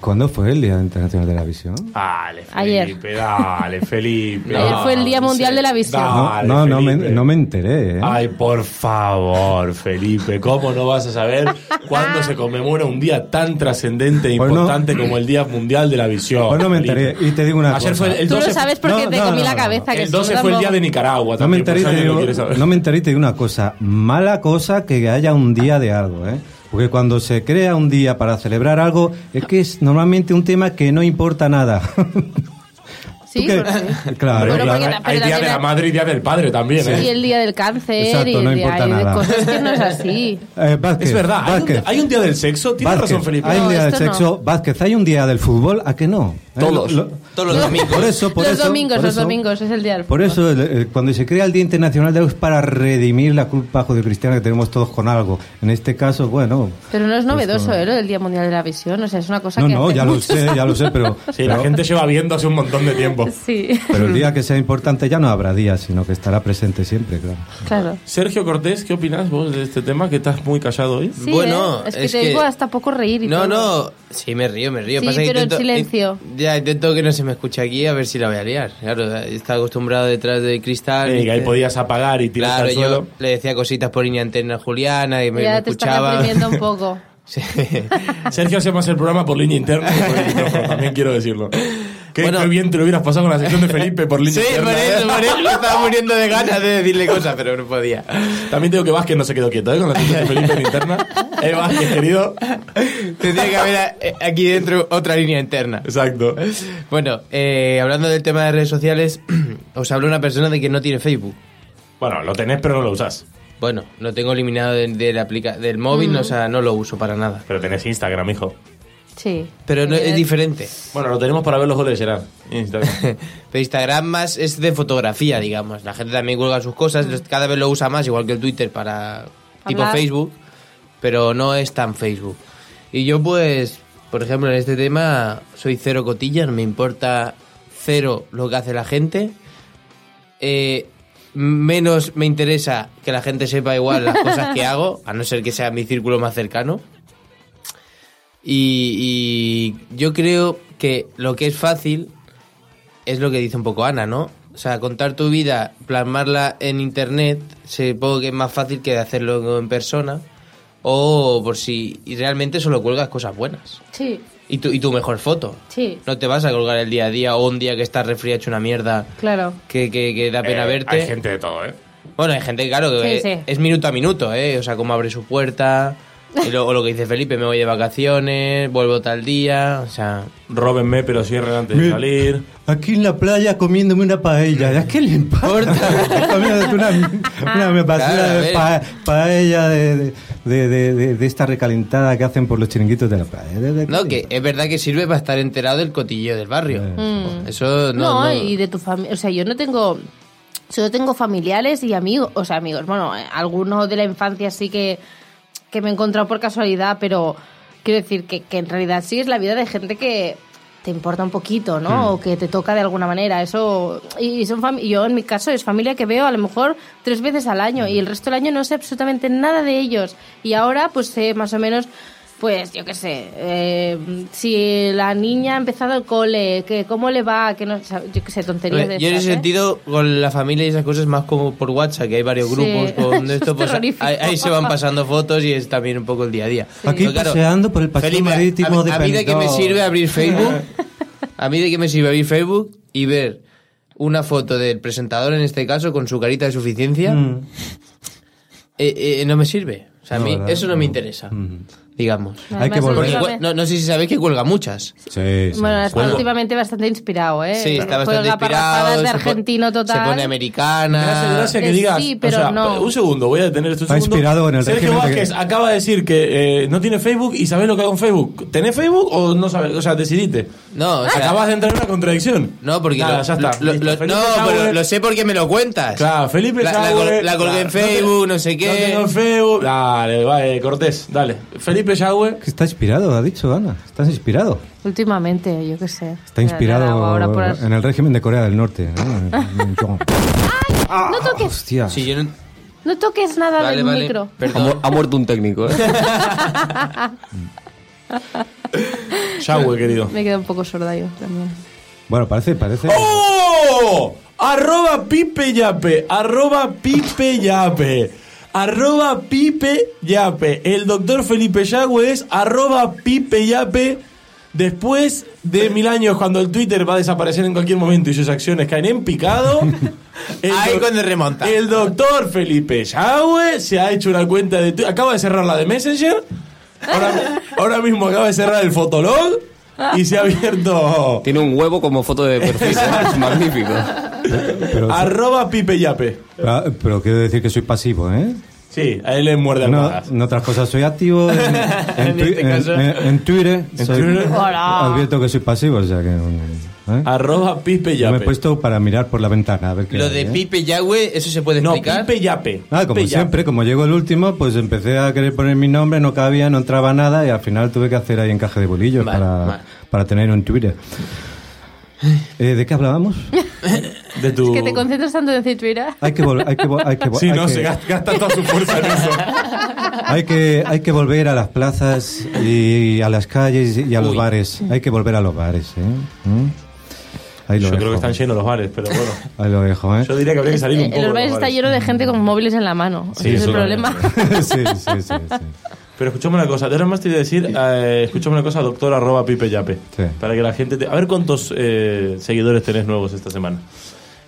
Speaker 4: ¿Cuándo fue el Día Internacional de la Visión?
Speaker 3: Dale,
Speaker 6: Ayer.
Speaker 3: Felipe, dale, Felipe.
Speaker 6: Ayer fue el Día
Speaker 3: no
Speaker 6: Mundial
Speaker 3: sé.
Speaker 6: de la Visión.
Speaker 3: Dale,
Speaker 4: no, no, no me,
Speaker 3: Felipe.
Speaker 4: no me enteré. ¿eh?
Speaker 3: Ay, por favor, Felipe, ¿cómo no vas a saber cuándo se conmemora un día tan trascendente e
Speaker 4: Pues no.
Speaker 3: importante como el Día Mundial de la Visión?
Speaker 4: Pues no me
Speaker 3: Felipe?
Speaker 4: enteré. Y te digo una
Speaker 3: Ayer
Speaker 4: cosa.
Speaker 3: fue el
Speaker 6: Tú
Speaker 3: 12,
Speaker 6: lo sabes porque
Speaker 4: No,
Speaker 6: te
Speaker 4: no,
Speaker 6: comí
Speaker 4: no,
Speaker 6: la
Speaker 4: no.
Speaker 6: cabeza. que
Speaker 3: el
Speaker 6: eso
Speaker 3: 12 fue el Día de
Speaker 6: tampoco-
Speaker 3: Nicaragua.
Speaker 4: No me
Speaker 3: también, por
Speaker 4: enteré y
Speaker 3: si
Speaker 4: te
Speaker 3: alguien lo
Speaker 4: digo-
Speaker 3: quiere saber.
Speaker 4: no me enteré y te digo una cosa. Mala cosa que haya un día de algo, ¿eh? Porque cuando se crea un día para celebrar algo, es que es normalmente un tema que no importa nada. ¿Tú
Speaker 6: Sí,
Speaker 4: qué?
Speaker 6: bueno, sí.
Speaker 4: Claro,
Speaker 6: Bueno,
Speaker 4: claro.
Speaker 6: porque la-
Speaker 3: Hay
Speaker 6: pero
Speaker 3: Día de
Speaker 6: también
Speaker 3: la
Speaker 6: hay-
Speaker 3: Madre y Día del Padre también, ¿eh?
Speaker 6: Y el día del cáncer
Speaker 4: Exacto,
Speaker 6: y el
Speaker 4: no
Speaker 6: día
Speaker 4: importa
Speaker 6: hay de
Speaker 4: nada.
Speaker 6: cosas que no es así.
Speaker 4: Eh, Vázquez,
Speaker 3: Es verdad, hay un,
Speaker 4: Vázquez,
Speaker 3: hay un día del sexo, tienes
Speaker 4: Vázquez,
Speaker 3: razón Felipe.
Speaker 4: Hay un
Speaker 6: No,
Speaker 4: día del
Speaker 6: esto no.
Speaker 4: sexo. Vázquez, hay un día del fútbol, ¿a que no? ¿Eh?
Speaker 7: Todos.
Speaker 4: Lo-
Speaker 7: Todos los domingos.
Speaker 4: Por eso, por
Speaker 6: los
Speaker 4: eso,
Speaker 6: domingos,
Speaker 4: por
Speaker 6: los
Speaker 4: eso-
Speaker 6: domingos, es el día del
Speaker 4: Por
Speaker 6: fútbol.
Speaker 4: eso, el- el- cuando se crea el Día Internacional de la Luz, es para redimir la culpa judio-cristiana que tenemos todos con algo. En este caso, bueno.
Speaker 6: Pero no es novedoso,
Speaker 4: Pues,
Speaker 6: ¿eh? Lo del Día Mundial de la Visión. O sea, es una cosa
Speaker 4: No,
Speaker 6: que.
Speaker 4: no,
Speaker 6: hace
Speaker 4: ya lo
Speaker 6: muchos
Speaker 4: sé, ya lo sé, pero.
Speaker 3: Sí, la
Speaker 4: pero-
Speaker 3: gente lleva viendo hace un montón de tiempo.
Speaker 6: años. Sí,
Speaker 4: Pero el día que sea importante ya no habrá día, sino que estará presente siempre, claro.
Speaker 6: claro.
Speaker 3: Sergio Cortés, ¿qué opinas vos de este tema que estás muy callado hoy?
Speaker 6: Sí, ¿eh?
Speaker 7: Bueno,
Speaker 6: es que
Speaker 7: es
Speaker 6: te
Speaker 7: que-
Speaker 6: digo hasta poco reír y
Speaker 7: No,
Speaker 6: todo.
Speaker 7: no, sí, me río, me río.
Speaker 6: Sí,
Speaker 7: Pasa que
Speaker 6: pero en
Speaker 7: intento-
Speaker 6: silencio.
Speaker 7: in- ya, intento que no se me escuche aquí a ver si la voy a liar. Claro, está acostumbrado detrás del cristal.
Speaker 3: Eh, que ahí podías apagar y tirar
Speaker 7: Claro,
Speaker 3: al
Speaker 7: yo
Speaker 3: suelo.
Speaker 7: le decía cositas por línea interna a Juliana y me, me
Speaker 6: Ya te estás
Speaker 7: escuchaba.
Speaker 6: reprimiendo un poco.
Speaker 7: Sí.
Speaker 3: Sergio hace más el programa por línea interna que por el micrófono, también quiero decirlo. Qué,
Speaker 7: Bueno.
Speaker 3: qué bien te lo hubieras pasado con la sección de Felipe por
Speaker 7: Sí,
Speaker 3: línea interna. ¿eh?
Speaker 7: por eso, por eso. Estaba muriendo de ganas de decirle cosas, pero no podía.
Speaker 3: También tengo que Vázquez no se quedó quieto ¿eh? con la sección de Felipe en interna. Eh, Vázquez, querido.
Speaker 7: Tendría que haber a- eh, aquí dentro otra línea interna.
Speaker 3: Exacto.
Speaker 7: Bueno, eh, hablando del tema de redes sociales, os hablo una persona de que no tiene Facebook.
Speaker 3: Bueno, lo tenés pero no lo usás.
Speaker 7: Bueno, lo tengo eliminado de, de la aplica del móvil, o sea, no lo uso para nada.
Speaker 3: Pero tenés Instagram, hijo.
Speaker 6: Sí.
Speaker 7: Pero no,
Speaker 6: Eh,
Speaker 7: es diferente.
Speaker 3: Bueno, lo tenemos para ver los goles de Gerard. Instagram.
Speaker 7: Pero Instagram más es de fotografía, digamos. La gente también cuelga sus cosas, los- cada vez lo usa más, igual que el Twitter para tipo
Speaker 6: Hablar.
Speaker 7: Facebook, pero no es tan Facebook. Y yo pues, por ejemplo, en este tema soy cero cotilla, no me importa cero lo que hace la gente. Eh, menos me interesa que la gente sepa igual las cosas que hago, a no ser que sea mi círculo más cercano. Y, y yo creo que lo que es fácil es lo que dice un poco Ana, ¿no? O sea, contar tu vida, plasmarla en internet, supongo que es más fácil que hacerlo en persona. O por si y realmente solo cuelgas cosas buenas.
Speaker 6: Sí,
Speaker 7: Y tu, y tu mejor foto.
Speaker 6: sí,
Speaker 7: No te vas a colgar el día a día o un día que estás resfriado hecho una mierda
Speaker 6: claro.
Speaker 7: que, que, que da pena
Speaker 3: Eh,
Speaker 7: verte.
Speaker 3: Hay gente de todo, ¿eh?
Speaker 7: Bueno, hay gente, claro, que
Speaker 6: Sí, sí.
Speaker 7: es minuto a minuto, ¿eh? O sea, cómo abre su puerta, y lo, o lo que dice Felipe, me voy de vacaciones, vuelvo tal día, o sea...
Speaker 3: Róbenme, pero cierren antes de
Speaker 4: Mira.
Speaker 3: salir.
Speaker 4: Aquí en la playa comiéndome una paella, ¿a qué le importa? Comiéndote una,
Speaker 6: Ah.
Speaker 4: una basura
Speaker 7: Claro, a
Speaker 4: de
Speaker 7: ver.
Speaker 4: pa- paella de, de, de- de- de- de esta recalentada que hacen por los chiringuitos de la playa. ¿De- de-
Speaker 7: No, que es verdad que sirve para estar enterado del cotillo del barrio. Pues Eso
Speaker 6: Mm. No,
Speaker 7: no... no-
Speaker 6: y de tu familia. O sea, yo no tengo. Solo tengo familiares y amigos. O sea, amigos. Bueno, eh, algunos de la infancia sí que, que me he encontrado por casualidad, pero quiero decir que, que en realidad sí es la vida de gente que te importa un poquito, ¿no?
Speaker 7: Hmm.
Speaker 6: O que te toca de alguna manera. Eso. Y, y son fami- yo, en mi caso, es familia que veo a lo mejor tres veces al año y el resto del año no sé absolutamente nada de ellos. Y ahora, pues sé más o menos. Pues yo qué sé, eh, si la niña ha empezado el cole, que cómo le va, que no, o sea, yo qué sé, tonterías de
Speaker 7: Pues, Yo en
Speaker 6: esas,
Speaker 7: ese
Speaker 6: ¿eh?
Speaker 7: sentido, con la familia y esas cosas, más como por WhatsApp, que hay varios
Speaker 6: Sí.
Speaker 7: grupos con
Speaker 6: Eso es
Speaker 7: esto, pues ahí,
Speaker 6: terrorífico.
Speaker 7: ahí se van pasando fotos y es también un poco el día a día.
Speaker 4: Aquí
Speaker 7: Pero claro,
Speaker 4: paseando por el paseo
Speaker 7: Felipe,
Speaker 4: marítimo
Speaker 7: a,
Speaker 4: de
Speaker 7: a mí de que me
Speaker 4: Benidorm.
Speaker 7: sirve abrir Facebook, a mí de que me sirve abrir Facebook y ver una foto del presentador, en este caso, con su carita de suficiencia,
Speaker 4: Mm.
Speaker 7: eh, eh, no me sirve. O sea, a
Speaker 4: No,
Speaker 7: mí
Speaker 4: ¿verdad?
Speaker 7: eso no me
Speaker 4: No. Mm.
Speaker 7: interesa, digamos.
Speaker 4: Hay que
Speaker 6: Además,
Speaker 4: volver.
Speaker 7: Porque
Speaker 6: últimamente-
Speaker 7: cue- no, no sé si sabéis que cuelga muchas.
Speaker 4: Sí, sí,
Speaker 6: Bueno,
Speaker 4: sí.
Speaker 6: está últimamente bastante inspirado, ¿eh?
Speaker 7: Sí, está bastante
Speaker 6: Juega
Speaker 7: inspirado.
Speaker 6: parrafadas de
Speaker 7: se po-
Speaker 6: argentino total.
Speaker 7: Se pone americana.
Speaker 3: Me hace gracia que
Speaker 6: Eh,
Speaker 3: digas.
Speaker 6: sí,
Speaker 3: o
Speaker 6: pero
Speaker 3: sea,
Speaker 6: no.
Speaker 3: Un segundo, voy a detener esto un
Speaker 4: Está
Speaker 3: segundo.
Speaker 4: inspirado en el
Speaker 3: Sergio
Speaker 4: régimen de-
Speaker 3: Vázquez acaba de decir que eh, no tiene Facebook y sabés lo que hago en Facebook. ¿Tenés Facebook o no sabes? O sea, decidiste.
Speaker 7: No, o sea,
Speaker 3: Acabas de entrar en una contradicción.
Speaker 7: No, porque
Speaker 3: Nada,
Speaker 7: lo-
Speaker 3: ya está.
Speaker 7: lo-
Speaker 3: Listo.
Speaker 7: lo-
Speaker 3: Felipe
Speaker 7: no,
Speaker 3: Sauer-
Speaker 7: pero lo sé porque me lo cuentas.
Speaker 3: Claro, Felipe
Speaker 7: La- la
Speaker 3: Sauer-
Speaker 7: col- la colgué en
Speaker 3: te-
Speaker 7: Facebook, no sé qué.
Speaker 3: No tengo en Facebook. Ah, Vale, vale, Cortés, dale. Felipe Yagüe.
Speaker 4: Que Está inspirado, ha dicho Ana. Estás inspirado.
Speaker 6: Últimamente, yo qué sé.
Speaker 4: Está inspirado
Speaker 6: Ahora por-
Speaker 4: en el régimen de Corea del Norte. ¿no?
Speaker 6: No toques,
Speaker 4: Hostia.
Speaker 7: Si yo no...
Speaker 6: no toques nada
Speaker 7: Vale,
Speaker 6: del
Speaker 7: vale.
Speaker 6: micro.
Speaker 8: Ha,
Speaker 7: Perdón.
Speaker 8: mu- ha muerto un técnico, ¿eh?
Speaker 3: Yagüe, querido.
Speaker 6: Me quedo un poco sorda yo también.
Speaker 4: Bueno, parece, parece.
Speaker 3: ¡Oh! Arroba Pipe Yape, arroba Pipe Yape, arroba Pipe Yape. El doctor Felipe Yagüe es arroba Pipe Yape. Después de mil años, cuando el Twitter va a desaparecer en cualquier momento y sus acciones caen en picado, el
Speaker 7: Ahí
Speaker 3: doc-
Speaker 7: cuando remonta.
Speaker 3: El doctor Felipe Yagüe se ha hecho una cuenta de Twitter. Acaba de cerrar la de Messenger. Ahora, ahora mismo acaba de cerrar el Fotolog y se ha abierto.
Speaker 8: Tiene un huevo como foto de perfil. ¿eh? Es magnífico.
Speaker 4: Pero,
Speaker 7: Ah,
Speaker 3: Arroba Pipe Yape.
Speaker 4: Ah, pero quiero decir que soy pasivo, ¿eh?
Speaker 3: Sí, a él le muerde
Speaker 4: No,
Speaker 3: almohadas.
Speaker 4: en otras cosas soy activo. En, en
Speaker 7: En
Speaker 4: twi-
Speaker 7: este
Speaker 4: en-
Speaker 7: caso.
Speaker 4: en- en Twitter. soy-
Speaker 3: Twitter.
Speaker 6: Hola.
Speaker 4: Advierto que soy pasivo, o sea que. ¿eh?
Speaker 3: Arroba Pipe
Speaker 4: Yo me he
Speaker 3: Yape.
Speaker 4: puesto para mirar por la ventana a ver qué
Speaker 7: Ah, Lo
Speaker 4: hay,
Speaker 7: de
Speaker 4: ¿eh?
Speaker 7: Pipe Yagüe, ¿eso se puede
Speaker 3: No,
Speaker 7: explicar?
Speaker 3: Pipe Yape.
Speaker 4: Ah, como
Speaker 3: Pipe Yape.
Speaker 4: siempre, como llegó el último, pues empecé a querer poner mi nombre, no cabía, no entraba nada y al final tuve que hacer ahí encaje de bolillos
Speaker 7: Vale,
Speaker 4: para,
Speaker 7: vale.
Speaker 4: para tener un Twitter. Eh, ¿De qué hablábamos?
Speaker 3: De tu...
Speaker 6: Es que te concentras tanto en decir Twitter.
Speaker 4: Hay que, vol- hay que, vol- hay que, vol-
Speaker 3: Sí,
Speaker 4: hay
Speaker 3: no,
Speaker 4: que-
Speaker 3: se gasta, gasta toda su fuerza en eso.
Speaker 4: hay que hay que volver a las plazas y a las calles y a los
Speaker 7: Uy.
Speaker 4: bares. Hay que volver a los bares, ¿eh? ¿Mm? Ahí lo
Speaker 3: Yo
Speaker 4: dejo.
Speaker 3: creo que están llenos los bares, pero bueno.
Speaker 4: Ahí lo dejo, ¿eh?
Speaker 3: Yo diría que habría que salir un
Speaker 6: Eh,
Speaker 3: poco. de
Speaker 6: los bares
Speaker 3: los
Speaker 6: está
Speaker 3: bares.
Speaker 6: lleno de gente con móviles en la mano.
Speaker 3: Sí,
Speaker 6: Ese es
Speaker 3: eso
Speaker 6: el
Speaker 3: también.
Speaker 6: problema.
Speaker 4: sí, sí, sí, sí.
Speaker 3: Pero escuchame una cosa, de ahora en más te voy a decir, eh, escuchame una cosa, doctor arroba Pipe Yape.
Speaker 4: Sí.
Speaker 3: Para que la gente te... A ver cuántos eh, seguidores tenés nuevos esta semana.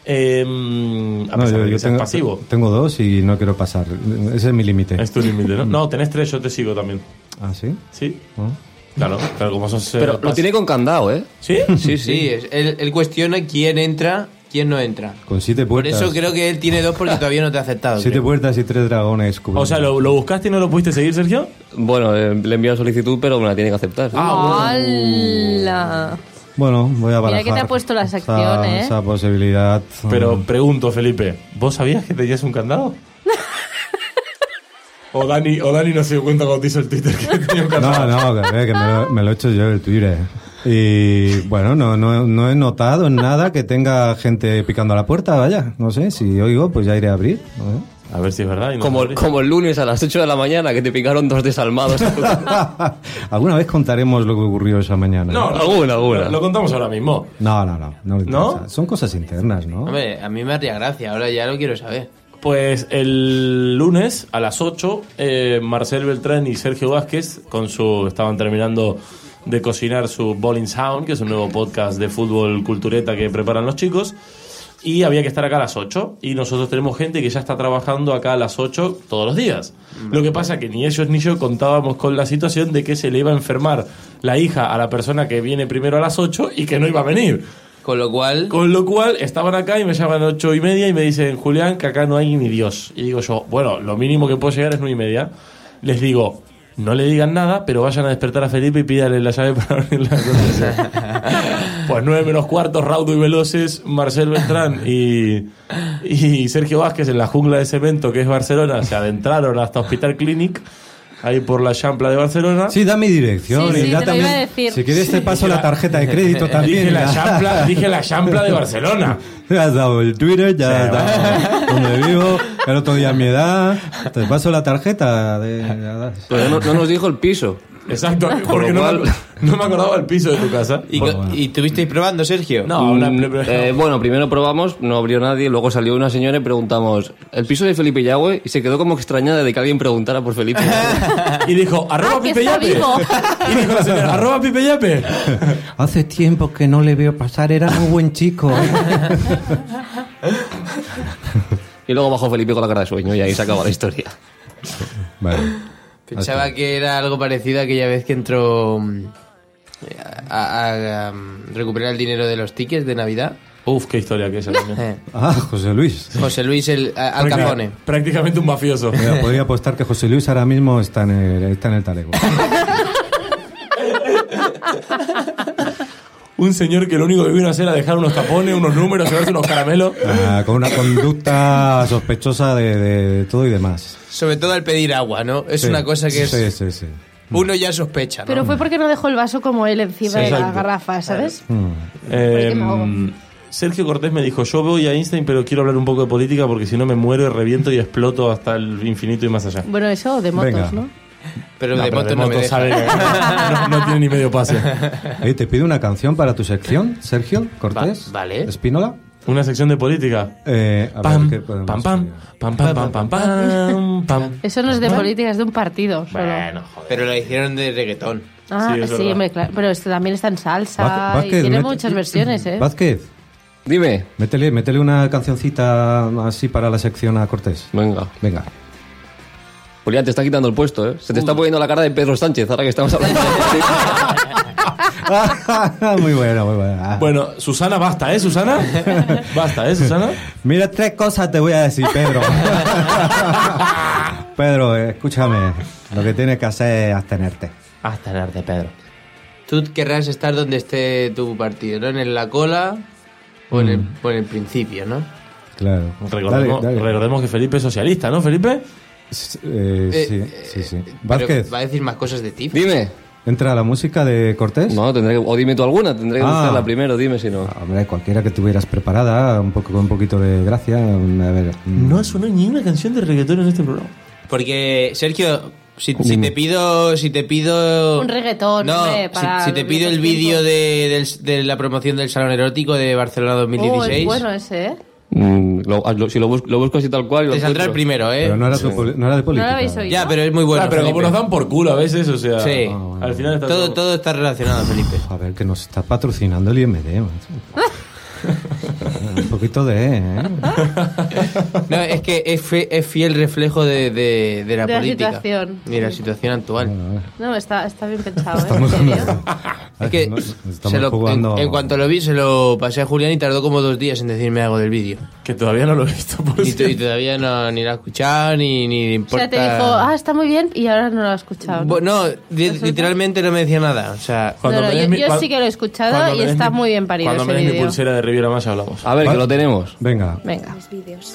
Speaker 3: Eh, mm, a
Speaker 4: No,
Speaker 3: pesar de
Speaker 4: yo- yo
Speaker 3: que seas
Speaker 4: tengo,
Speaker 3: pasivo.
Speaker 4: tengo dos y no quiero pasar. Ese es mi límite.
Speaker 3: Es tu límite, ¿no? No, tenés tres, yo te sigo también.
Speaker 4: ¿Ah, sí?
Speaker 3: ¿Sí?
Speaker 4: ¿No?
Speaker 3: Claro, claro, como sos... eh,
Speaker 8: Pero lo
Speaker 3: pas-
Speaker 8: tiene con candado, ¿eh?
Speaker 3: ¿Sí?
Speaker 7: Sí, sí, es- él, él cuestiona quién entra, quién no entra.
Speaker 4: Con siete
Speaker 7: Por
Speaker 4: puertas.
Speaker 7: eso creo que él tiene dos porque todavía no te ha aceptado.
Speaker 4: Siete
Speaker 7: creo.
Speaker 4: puertas y tres dragones. cubiertos.
Speaker 3: O sea, ¿lo, lo buscaste y no lo pudiste seguir, Sergio?
Speaker 8: Bueno, eh, le he enviado solicitud, pero me la tiene que aceptar.
Speaker 6: Ah, ¡Hala!
Speaker 4: Bueno, voy a barajar.
Speaker 6: que te ha puesto la
Speaker 4: esa-
Speaker 6: sección, ¿eh?
Speaker 4: Esa posibilidad.
Speaker 3: Pero pregunto, Felipe, ¿vos sabías que tenías un candado? o, Dani, o Dani no se dio cuenta cuando te hizo el Twitter que tenía un candado.
Speaker 4: No, no, que, ve, que me, lo, me lo he hecho yo el Twitter. ¿eh? Y bueno, no, no, no he notado nada que tenga gente picando a la puerta, vaya. No sé, si oigo, pues ya iré a abrir. ¿no?
Speaker 3: A ver si es verdad. y no
Speaker 8: Como,
Speaker 3: sabría.
Speaker 8: como el lunes a las 8 de la mañana que te picaron dos desalmados.
Speaker 4: Alguna vez contaremos lo que ocurrió esa mañana.
Speaker 3: No, no,
Speaker 8: Alguna, alguna.
Speaker 3: Lo, lo contamos ahora mismo.
Speaker 4: No, no, no. no, le
Speaker 3: ¿No?
Speaker 4: interesa. Son cosas internas, ¿no?
Speaker 7: Hombre, a mí me haría gracia, ahora ya lo quiero saber.
Speaker 3: Pues el lunes a las 8, eh, Marcel Beltrán y Sergio Vázquez con su estaban terminando de cocinar su Bowling Sound, que es un nuevo podcast de fútbol cultureta que preparan los chicos. Y había que estar acá a las 8. Y nosotros tenemos gente que ya está trabajando acá a las 8 todos los días. Lo que pasa que ni ellos ni yo contábamos con la situación de que se le iba a enfermar la hija a la persona que viene primero a las 8 y que no iba a venir.
Speaker 7: Con lo cual,
Speaker 3: Con lo cual, estaban acá y me llaman a ocho y media y me dicen, Julián, que acá no hay ni Dios. Y digo yo, bueno, lo mínimo que puedo llegar es nueve y media. Les digo, no le digan nada, pero vayan a despertar a Felipe y pídale la llave para abrir la contraseña. Pues nueve menos cuartos, Raudo y Veloces, Marcel Beltrán y, y Sergio Vázquez en la jungla de cemento que es Barcelona, se adentraron hasta Hospital Clinic, ahí por la champla de Barcelona.
Speaker 4: Sí, da mi dirección.
Speaker 6: Sí, sí,
Speaker 4: y da
Speaker 6: te lo
Speaker 4: también-
Speaker 6: iba a decir.
Speaker 4: Si quieres te paso la tarjeta de crédito también.
Speaker 3: Dije la,
Speaker 4: Ya.
Speaker 3: champla, dije la champla de Barcelona.
Speaker 4: Ya has dado el Twitter, ya has dado donde vivo, el otro día mi edad. Te paso la tarjeta de... ya das.
Speaker 8: Pero Pues no, no nos dijo el piso.
Speaker 3: Exacto, porque
Speaker 8: lo
Speaker 3: no, me,
Speaker 8: cual-
Speaker 3: no me acordaba el piso de tu casa.
Speaker 7: y,
Speaker 4: Bueno,
Speaker 7: co-
Speaker 4: bueno.
Speaker 7: y tuvisteis probando, Sergio.
Speaker 3: No, una-
Speaker 8: Mm, eh, bueno, primero probamos, no abrió nadie, luego salió una señora y preguntamos el piso de Felipe Yagüe y se quedó como extrañada de que alguien preguntara por Felipe. Yagüe.
Speaker 3: y dijo, arroba
Speaker 6: Ah, que
Speaker 3: Pipe
Speaker 6: está
Speaker 3: Yape.
Speaker 6: vivo.
Speaker 3: Y dijo la señora, arroba Pipe Yape.
Speaker 4: Hace tiempo que no le veo pasar, era muy buen chico. ¿eh?
Speaker 8: y luego bajó Felipe con la cara de sueño y ahí se acabó la historia.
Speaker 4: Vale.
Speaker 7: Pensaba que era algo parecido a aquella vez que entró mm, a, a- a, mm, recuperar el dinero de los tickets de Navidad.
Speaker 3: Uf, qué historia que esa también.
Speaker 7: Eh,
Speaker 4: Ah, José Luis.
Speaker 7: José Luis el, a- Al eh.
Speaker 3: Práctica-
Speaker 7: Capone.
Speaker 3: Prácticamente un mafioso.
Speaker 4: Mira, podría apostar que José Luis ahora mismo está en el, está en el talego.
Speaker 3: un señor que lo único que vino a hacer era dejar unos tapones, unos números, llevarse unos caramelos.
Speaker 4: Ah, con una conducta sospechosa de, de todo y demás.
Speaker 7: Sobre todo al pedir agua, ¿no? Es
Speaker 4: Sí.
Speaker 7: una cosa que es...
Speaker 4: Sí, sí, sí.
Speaker 7: Uno ya sospecha, ¿no?
Speaker 6: Pero fue porque no dejó el vaso como él encima
Speaker 3: Sí,
Speaker 6: de la
Speaker 3: exacto.
Speaker 6: garrafa, ¿sabes?
Speaker 3: Eh,
Speaker 6: qué me ahogo?
Speaker 3: Sergio Cortés me dijo, yo voy a Einstein pero quiero hablar un poco de política porque si no me muero y reviento y exploto hasta el infinito y más allá.
Speaker 6: Bueno, eso de motos,
Speaker 4: Venga.
Speaker 6: ¿no?
Speaker 7: Pero
Speaker 3: No,
Speaker 7: de
Speaker 3: pero
Speaker 7: moto no me deja.
Speaker 3: sabe que- no, no tiene ni medio pase.
Speaker 4: Oye, te pido una canción para tu sección, Sergio Cortés.
Speaker 7: Va- vale.
Speaker 4: Espínola.
Speaker 3: Una sección de política.
Speaker 4: Eh, a
Speaker 3: Pam,
Speaker 4: ver
Speaker 3: pam,
Speaker 4: qué podemos
Speaker 3: pam, pam,
Speaker 4: hacer.
Speaker 3: pam, pam, pam, pam, pam.
Speaker 6: Eso no es de política, es de un partido. Solo.
Speaker 7: Bueno, joder. Pero lo hicieron de reggaetón.
Speaker 6: Ah,
Speaker 3: Sí, es
Speaker 6: sí,
Speaker 3: verdad.
Speaker 6: hombre, claro. Pero este también está en salsa
Speaker 4: Vázquez-
Speaker 6: y
Speaker 4: Vázquez,
Speaker 6: tiene
Speaker 4: mete-
Speaker 6: muchas versiones, ¿eh?
Speaker 4: Vázquez,
Speaker 8: Dime.
Speaker 4: métele, métele una cancioncita así para la sección a Cortés.
Speaker 8: Venga.
Speaker 4: Venga.
Speaker 8: Julián, te está quitando el puesto, ¿eh? Se te está poniendo la cara de Pedro Sánchez ahora que estamos hablando.
Speaker 4: muy buena, muy Ah. buena.
Speaker 3: Bueno, Susana, basta, ¿eh, Susana? Basta, ¿eh, Susana?
Speaker 4: Mira, tres cosas te voy a decir, Pedro. Pedro, eh, escúchame. Lo que tienes que hacer es abstenerte.
Speaker 7: Hasta el arte, Pedro. Tú querrás estar donde esté tu partido, ¿no? En la cola o en,
Speaker 4: Mm.
Speaker 7: el, o en el principio, ¿no?
Speaker 4: Claro.
Speaker 3: Recordemos,
Speaker 4: Dale, dale.
Speaker 3: recordemos que Felipe es socialista, ¿no, Felipe?
Speaker 4: S- eh,
Speaker 7: Eh,
Speaker 4: sí, sí, sí.
Speaker 7: Pero
Speaker 4: Vázquez,
Speaker 7: va a decir más cosas de ti.
Speaker 8: Dime.
Speaker 4: ¿entra la música de Cortés?
Speaker 8: No, tendré que, o dime tú alguna, tendré que
Speaker 4: Ah.
Speaker 8: buscarla primero, dime si no.
Speaker 4: Ah, Hombre, cualquiera que tuvieras preparada, un poco, con un poquito de gracia. un- A ver. mm.
Speaker 3: No ha sonado ni una canción de reggaetón en este programa.
Speaker 7: Porque, Sergio, si, si te pido... Si te pido...
Speaker 6: Un reggaetón,
Speaker 7: No,
Speaker 6: hombre,
Speaker 7: si-
Speaker 6: para
Speaker 7: si, te
Speaker 6: los
Speaker 7: pido el
Speaker 6: viejos
Speaker 7: vídeo de, del- de la promoción del Salón Erótico de
Speaker 6: Oh,
Speaker 7: Barcelona
Speaker 6: es
Speaker 7: 2016,
Speaker 6: bueno ese, ¿eh?
Speaker 8: Mm, lo- ah, lo- si lo busco, lo busco así tal cual. y lo
Speaker 7: te saldrá el
Speaker 8: encuentro.
Speaker 7: primero, ¿eh?
Speaker 4: Pero no era, tu poli- no era de política.
Speaker 6: habéis oído.
Speaker 7: Ya, pero es muy bueno.
Speaker 3: ah, pero como
Speaker 7: Felipe.
Speaker 3: nos dan por culo a veces, o sea,
Speaker 7: Sí.
Speaker 4: Ah,
Speaker 3: al final está
Speaker 7: Todo, todo está relacionado, Felipe.
Speaker 4: A ver, que nos está patrocinando el IMD. macho. un poquito de... ¿eh?
Speaker 7: No, es que es, fe- es fiel reflejo de, de- de la
Speaker 6: De la
Speaker 7: política.
Speaker 6: situación.
Speaker 7: Y de la situación actual.
Speaker 6: No, está, está bien pensado, ¿eh?
Speaker 4: Estamos
Speaker 6: ¿En serio?
Speaker 7: Es que
Speaker 4: No,
Speaker 7: se
Speaker 4: estamos
Speaker 7: lo- en-
Speaker 4: jugando-
Speaker 7: en, cuanto lo vi, se lo pasé a Julián y tardó como dos días en decirme algo del vídeo.
Speaker 3: Que todavía no lo he visto, por
Speaker 7: Y, to- y
Speaker 3: cierto.
Speaker 7: todavía no, ni lo ha escuchado, ni, ni le
Speaker 6: O sea,
Speaker 7: importa.
Speaker 6: te dijo, ah, está muy bien, y ahora no lo has escuchado. ¿no?
Speaker 7: Bu- No, li- literalmente no me decía nada. O sea,
Speaker 3: Cuando
Speaker 6: No, no,
Speaker 3: me
Speaker 6: yo-
Speaker 3: des mi-
Speaker 6: yo
Speaker 3: cua-
Speaker 6: sí que lo he escuchado
Speaker 3: cuando
Speaker 6: y
Speaker 3: me des
Speaker 6: está
Speaker 3: mi-
Speaker 6: muy bien parido
Speaker 3: Cuando
Speaker 6: ese
Speaker 3: me des mi
Speaker 6: vídeo.
Speaker 3: pulsera de Riviera Maya hablamos.
Speaker 8: A ver, que
Speaker 4: Vale.
Speaker 8: lo tenemos.
Speaker 4: Venga.
Speaker 6: Venga.
Speaker 9: vídeos.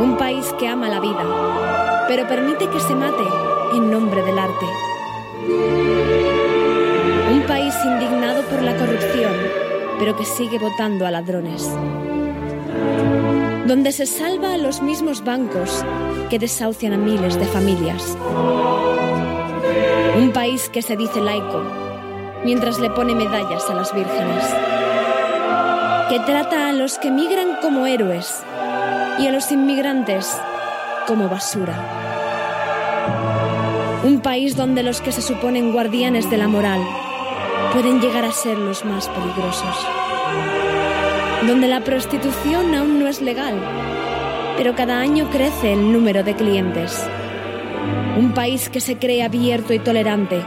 Speaker 9: Un país que ama la vida, pero permite que se mate en nombre del arte. Un país indignado por la corrupción, pero que sigue votando a ladrones. Donde se salva a los mismos bancos que desahucian a miles de familias. Un país que se dice laico, mientras le pone medallas a las vírgenes que trata a los que migran como héroes y a los inmigrantes como basura. Un país donde los que se suponen guardianes de la moral pueden llegar a ser los más peligrosos. Donde la prostitución aún no es legal, pero cada año crece el número de clientes. Un país que se cree abierto y tolerante,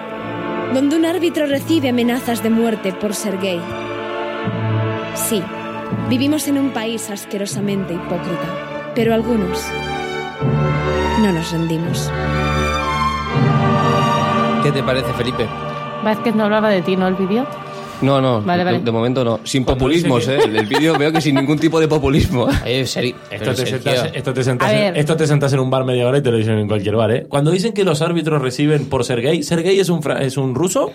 Speaker 9: donde un árbitro recibe amenazas de muerte por ser gay. Sí, vivimos en un país asquerosamente hipócrita, pero algunos no nos rendimos.
Speaker 7: ¿qué te parece, Felipe?
Speaker 6: Vázquez no hablaba de ti, ¿no? El vídeo.
Speaker 8: No, no,
Speaker 6: Vale,
Speaker 8: de,
Speaker 6: vale.
Speaker 8: de momento no. Sin
Speaker 3: Cuando
Speaker 8: populismos,
Speaker 3: dice
Speaker 8: ¿eh? El vídeo veo que sin ningún tipo de populismo.
Speaker 7: Oye, Seri-
Speaker 3: Esto
Speaker 7: pero
Speaker 3: te,
Speaker 7: Sergio,
Speaker 3: sentás, esto, te sentás
Speaker 6: A
Speaker 3: en,
Speaker 6: ver.
Speaker 3: esto te sentás en un bar media hora y te lo dicen en cualquier bar, ¿eh? Cuando dicen que los árbitros reciben por ser gay, ¿ser gay es un, fra- es un ruso?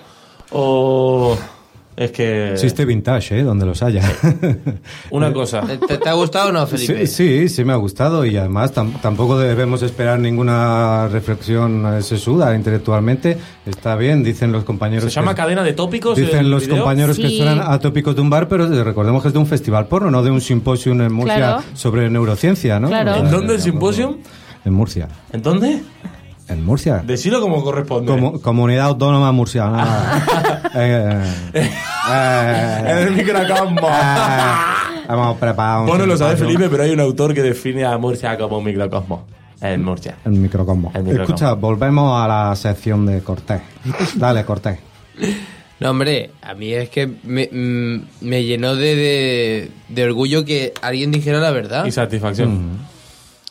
Speaker 3: ¿O es que...?
Speaker 4: Existe vintage, ¿eh? Donde los haya.
Speaker 3: Una cosa.
Speaker 6: Eh,
Speaker 7: ¿Te, te ha gustado o no,
Speaker 4: Sí,
Speaker 7: Felipe?
Speaker 4: sí, sí me ha gustado y además tam- tampoco debemos esperar ninguna reflexión eh, sesuda intelectualmente. Está bien, dicen los compañeros.
Speaker 3: ¿Se llama
Speaker 4: que-
Speaker 3: cadena de tópicos? el
Speaker 4: Dicen los
Speaker 3: video?
Speaker 4: compañeros que
Speaker 6: Sí.
Speaker 4: suenan a tópicos de un bar, pero recordemos que es de un festival porno, no de un simposio en Murcia
Speaker 6: Claro.
Speaker 4: sobre neurociencia, ¿no?
Speaker 6: Claro.
Speaker 4: O sea,
Speaker 3: ¿En dónde el
Speaker 4: tampoco-
Speaker 3: simposio?
Speaker 4: En Murcia.
Speaker 3: ¿En dónde?
Speaker 4: En Murcia.
Speaker 3: Decilo como corresponde.
Speaker 4: Comu- comunidad Autónoma Murciana. Eh, eh,
Speaker 3: En el
Speaker 4: eh,
Speaker 3: microcampo.
Speaker 4: Hemos preparado.
Speaker 3: Vos no lo sabés,
Speaker 4: simposio.
Speaker 3: Felipe, pero hay un autor que define a Murcia como un microcosmo. En Murcia.
Speaker 4: El microcombo.
Speaker 3: El microcombo.
Speaker 4: Escucha, volvemos a la sección de Cortés. Dale, Cortés.
Speaker 7: No, hombre, a mí es que me, mm, me llenó de, de, de orgullo que alguien dijera la verdad.
Speaker 3: Y satisfacción.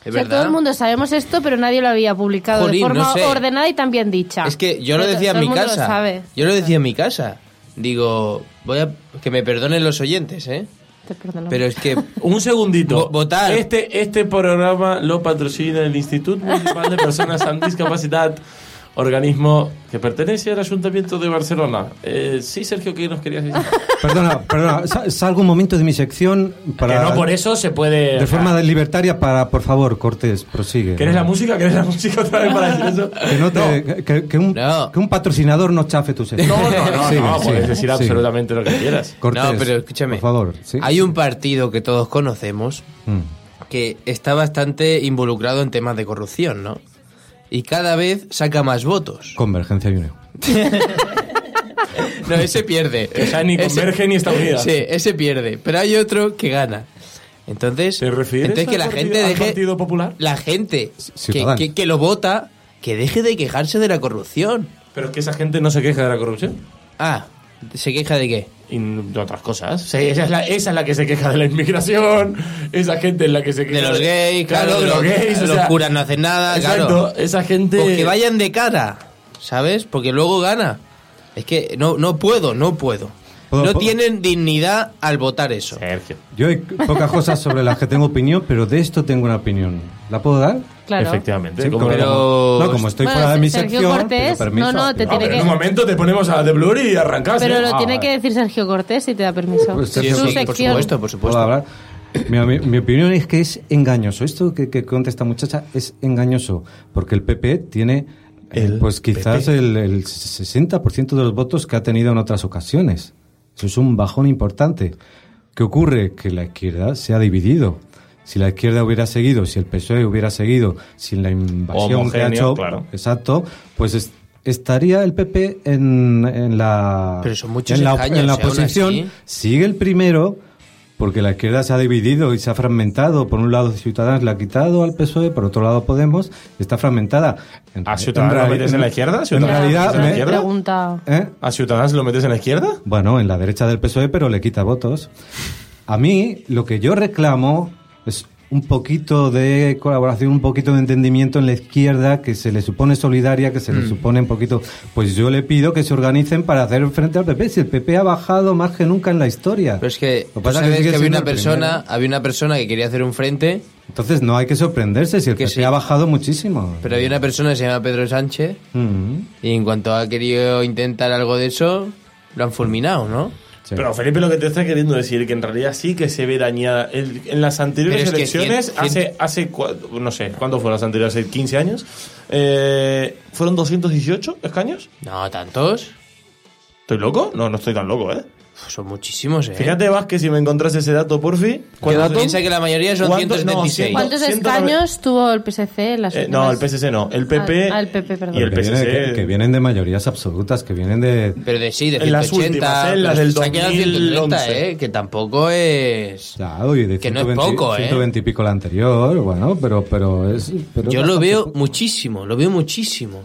Speaker 7: Es
Speaker 6: O sea,
Speaker 7: verdad.
Speaker 6: todo el mundo sabemos esto, pero nadie lo había publicado
Speaker 7: Jolín,
Speaker 6: de forma
Speaker 7: no sé.
Speaker 6: ordenada y también dicha.
Speaker 7: Es que yo lo
Speaker 6: Pero
Speaker 7: decía en
Speaker 6: todo
Speaker 7: mi
Speaker 6: el mundo
Speaker 7: casa.
Speaker 6: Lo sabe.
Speaker 7: Yo lo decía en mi casa. Digo, voy a que me perdonen los oyentes, ¿eh?
Speaker 6: Te perdono.
Speaker 7: Pero es que
Speaker 3: Un segundito.
Speaker 7: Vo- votar.
Speaker 3: Este, este programa lo patrocina el Instituto Municipal de Personas con Discapacidad, organismo que pertenece al Ayuntamiento de Barcelona. Eh, sí, Sergio, ¿qué nos querías decir?
Speaker 4: Perdona, perdona, sa- salgo un momento de mi sección para...
Speaker 10: Que no por eso se puede...
Speaker 4: De forma libertaria para, por favor, Cortés, prosigue.
Speaker 3: ¿Querés la música? ¿Querés la música otra vez para decir eso?
Speaker 4: Que, no te- que- que un,
Speaker 7: No.
Speaker 4: que un patrocinador no chafe tu sección.
Speaker 3: No, no, no,
Speaker 4: Sigue,
Speaker 3: no,
Speaker 4: sigue,
Speaker 3: puedes decir
Speaker 4: sigue.
Speaker 3: absolutamente lo que quieras.
Speaker 4: Cortés,
Speaker 7: no, pero escúchame.
Speaker 4: Por favor. sí.
Speaker 7: Hay un partido que todos conocemos
Speaker 4: Mm.
Speaker 7: que está bastante involucrado en temas de corrupción, ¿no? Y cada vez saca más votos.
Speaker 4: Convergencia y Unión.
Speaker 7: No, ese pierde.
Speaker 3: Que ya ni
Speaker 7: Ese-
Speaker 3: converge ni está unida.
Speaker 7: Sí, ese pierde. Pero hay otro que gana. Entonces,
Speaker 3: ¿Te refieres
Speaker 7: entonces que
Speaker 3: al
Speaker 7: la
Speaker 3: partido-
Speaker 7: gente
Speaker 3: al
Speaker 7: deje.
Speaker 3: Partido Popular?
Speaker 7: La gente que,
Speaker 4: Ciudadanos.
Speaker 7: que- que lo vota, que deje de quejarse de la corrupción.
Speaker 3: Pero es que esa gente no se queja de la corrupción.
Speaker 7: Ah, ¿se queja de qué?
Speaker 3: Y de otras cosas. Sí, esa, es la, esa es la que se queja de la inmigración. Esa gente es la que se
Speaker 7: De
Speaker 3: queja
Speaker 7: los gays, claro,
Speaker 3: de los gays. o
Speaker 7: Los
Speaker 3: sea,
Speaker 7: curas no hacen nada,
Speaker 3: Exacto,
Speaker 7: Ah, claro.
Speaker 3: esa gente.
Speaker 7: O Pues que vayan de cara, ¿sabes? Porque luego gana. Es que no, no puedo, no puedo.
Speaker 4: Puedo-
Speaker 7: No
Speaker 4: puedo-
Speaker 7: tienen dignidad al votar eso.
Speaker 3: Sergio.
Speaker 4: Yo hay pocas cosas sobre las que tengo opinión, pero de esto tengo una opinión. ¿La puedo dar?
Speaker 6: claro.
Speaker 3: Efectivamente.
Speaker 4: Sí,
Speaker 3: como-
Speaker 4: como-
Speaker 7: pero-
Speaker 4: No, como estoy
Speaker 6: Bueno,
Speaker 4: fuera de mi
Speaker 6: Sergio
Speaker 4: sección...
Speaker 6: Cortés,
Speaker 4: pido permiso.
Speaker 6: no, no, te
Speaker 3: No,
Speaker 6: tiene
Speaker 3: pero
Speaker 6: que-
Speaker 3: en un momento te ponemos a The Blur y arrancas.
Speaker 6: Pero
Speaker 3: ¿eh?
Speaker 6: lo
Speaker 3: Ah,
Speaker 6: tiene
Speaker 3: vale.
Speaker 6: que decir Sergio Cortés si te da permiso.
Speaker 4: Pues
Speaker 6: Su
Speaker 4: Sergio
Speaker 7: Sí,
Speaker 4: Cortés.
Speaker 7: sí, por
Speaker 6: sección.
Speaker 7: supuesto, por
Speaker 4: ¿Puedo
Speaker 7: supuesto.
Speaker 4: hablar? Mi, mi- mi opinión es que es engañoso. Esto que, que cuenta esta muchacha es engañoso, porque el PP tiene, eh,
Speaker 3: El
Speaker 4: pues quizás
Speaker 3: PP.
Speaker 4: el, el 60% de los votos que ha tenido en otras ocasiones. Eso es un bajón importante. ¿Qué ocurre? Que la izquierda se ha dividido. Si la izquierda hubiera seguido, si el PSOE E hubiera seguido, sin la invasión que ha
Speaker 3: Homogéneo,
Speaker 4: hecho,
Speaker 3: claro.
Speaker 4: exacto, pues es- estaría el PP en, en la
Speaker 7: Pero son muchos
Speaker 4: en la,
Speaker 7: escaños,
Speaker 4: en la
Speaker 7: ¿eh? Aún
Speaker 4: oposición
Speaker 7: así.
Speaker 4: sigue el primero porque la izquierda se ha dividido y se ha fragmentado. Por un lado Ciudadanos le ha quitado al PSOE, E, por otro lado Podemos está fragmentada. En-
Speaker 3: ¿A Ciudadanos lo
Speaker 4: reali-
Speaker 3: metes en la izquierda?
Speaker 4: En
Speaker 3: ¿Ciudadanos
Speaker 4: realidad,
Speaker 3: metes en la
Speaker 4: me-
Speaker 3: izquierda?
Speaker 6: Pregunta.
Speaker 4: ¿eh?
Speaker 3: ¿A Ciudadanos lo metes en la izquierda?
Speaker 4: bueno, en la derecha del PSOE, E, pero le quita votos. A mí lo que yo reclamo es un poquito de colaboración, un poquito de entendimiento en la izquierda que se le supone solidaria, que se
Speaker 3: Mm.
Speaker 4: le supone un poquito... Pues yo le pido que se organicen para hacer frente al PP. Si el PP ha bajado más que nunca en la historia.
Speaker 7: Pero es que,
Speaker 4: Lo
Speaker 7: tú
Speaker 4: pasa
Speaker 7: sabes
Speaker 4: sigue
Speaker 7: que había
Speaker 4: siendo
Speaker 7: una
Speaker 4: el primero.
Speaker 7: persona, había una persona que quería hacer un frente,
Speaker 4: Entonces no hay que sorprenderse si el
Speaker 7: Que
Speaker 4: PP
Speaker 7: sí.
Speaker 4: ha bajado muchísimo.
Speaker 7: pero había una persona que se llama Pedro Sánchez
Speaker 4: Mm,
Speaker 7: y en cuanto ha querido intentar algo de eso, lo han fulminado, ¿no?
Speaker 4: sí.
Speaker 3: Pero Felipe lo que te está queriendo decir que en realidad sí que se ve dañada. El- en las anteriores
Speaker 7: Pero es que
Speaker 3: elecciones,
Speaker 7: cien- cien-
Speaker 3: hace, hace cua- no sé, ¿cuánto fueron las anteriores? ¿Hace 15 años? Eh, ¿Fueron 218 escaños?
Speaker 7: No, tantos.
Speaker 3: ¿Estoy loco? No, no estoy tan loco, ¿eh?
Speaker 7: Uf, son muchísimos, ¿eh?
Speaker 3: Fíjate, Vázquez, si me encontrás ese dato, porfi. ¿Cuántos
Speaker 7: dato?
Speaker 3: son?
Speaker 7: Piensa que la mayoría son
Speaker 3: ¿Cuántos?
Speaker 7: 176.
Speaker 3: No,
Speaker 6: ¿Cuántos
Speaker 3: 100,
Speaker 6: escaños tuvo el PSC en las
Speaker 3: eh, no, el
Speaker 6: últimas-
Speaker 3: PSC no. El PP.
Speaker 6: Ah, el PP, perdón.
Speaker 3: Y el
Speaker 4: que,
Speaker 3: PSC.
Speaker 4: viene- que- que vienen de mayorías absolutas, que vienen de...
Speaker 7: Pero de sí, de
Speaker 3: En
Speaker 7: 180.
Speaker 3: las últimas, ¿eh?
Speaker 7: pero
Speaker 3: Las del
Speaker 7: se han quedado
Speaker 3: 2011.
Speaker 7: ¿eh? Que tampoco es...
Speaker 4: Ya, oye, de
Speaker 7: Que no es
Speaker 4: 120
Speaker 7: poco, ¿eh?
Speaker 4: 120 y pico la anterior, bueno, pero, pero es... pero
Speaker 7: Yo
Speaker 4: es
Speaker 7: lo
Speaker 4: bastante
Speaker 7: veo
Speaker 4: poco.
Speaker 7: muchísimo, lo veo muchísimo.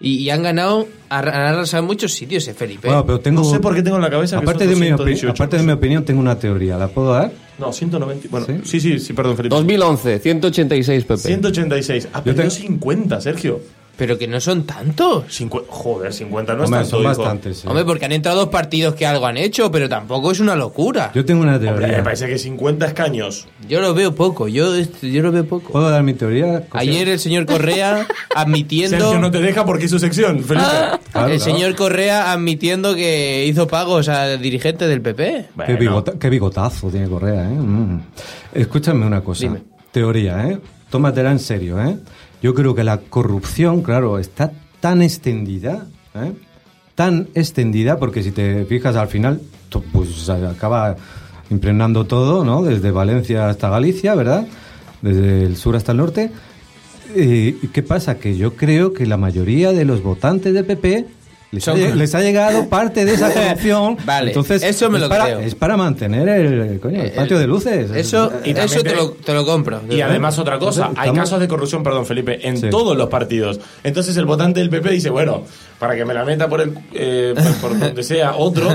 Speaker 7: Y, y han ganado, han arrasado en muchos sitios, eh, Felipe.
Speaker 4: Bueno, pero tengo...
Speaker 3: No sé por qué tengo en la cabeza que
Speaker 4: aparte
Speaker 3: son
Speaker 4: de, mi
Speaker 3: 218.
Speaker 4: opi- aparte de mi opinión, tengo una teoría, ¿la puedo dar?
Speaker 3: No, 190. Bueno,
Speaker 4: ¿Sí?
Speaker 3: sí, sí, sí, perdón, Felipe.
Speaker 8: 2011, 186 PP.
Speaker 3: 186. Ah,
Speaker 4: Yo
Speaker 3: perdió
Speaker 4: te-
Speaker 3: 50, Sergio.
Speaker 7: Pero que no son tantos.
Speaker 3: Cincu- joder, 50 no es
Speaker 4: Hombre,
Speaker 3: tanto,
Speaker 4: son
Speaker 3: hijo.
Speaker 4: bastantes. sí.
Speaker 7: Hombre, porque han entrado dos partidos que algo han hecho, pero tampoco es una locura. Yo,
Speaker 4: Yo tengo una
Speaker 3: Hombre,
Speaker 4: teoría.
Speaker 3: me Eh, parece que 50 escaños.
Speaker 7: lo veo poco, yo, este- yo lo veo poco.
Speaker 4: ¿Puedo dar mi teoría?
Speaker 7: Ayer el señor Correa admitiendo...
Speaker 3: Sergio no te deja porque es su sección, Felipe.
Speaker 4: Claro,
Speaker 7: el
Speaker 4: claro.
Speaker 7: señor Correa admitiendo que hizo pagos al dirigente del PP.
Speaker 4: Qué, bigota- qué bigotazo tiene Correa, ¿eh? Mm. Escúchame una cosa. Teoría, ¿eh? Tómatela en serio, ¿eh? Yo creo que la corrupción, claro, está tan extendida, ¿eh? Tan extendida, porque si te fijas al final, to- pues acaba impregnando todo, ¿no? Desde Valencia hasta Galicia, ¿verdad? Desde el sur hasta el norte. Eh, ¿Y qué pasa? Que yo creo que la mayoría de los votantes del PP les, ha,
Speaker 7: Son-
Speaker 4: lle- les ha llegado parte de esa corrupción.
Speaker 7: Vale,
Speaker 4: Entonces,
Speaker 7: eso me
Speaker 4: es
Speaker 7: lo
Speaker 4: para,
Speaker 7: creo.
Speaker 4: es para mantener el, coño, el
Speaker 7: Eh,
Speaker 4: patio de luces.
Speaker 7: Eso,
Speaker 3: Y también
Speaker 7: eso te,
Speaker 3: que-
Speaker 7: lo, te lo compro.
Speaker 3: Y además otra cosa, hay
Speaker 4: Estamos-
Speaker 3: casos de corrupción, perdón Felipe, en
Speaker 4: Sí.
Speaker 3: todos los partidos. Entonces el votante del PP dice, bueno, para que me la meta por el eh, por, por donde sea otro,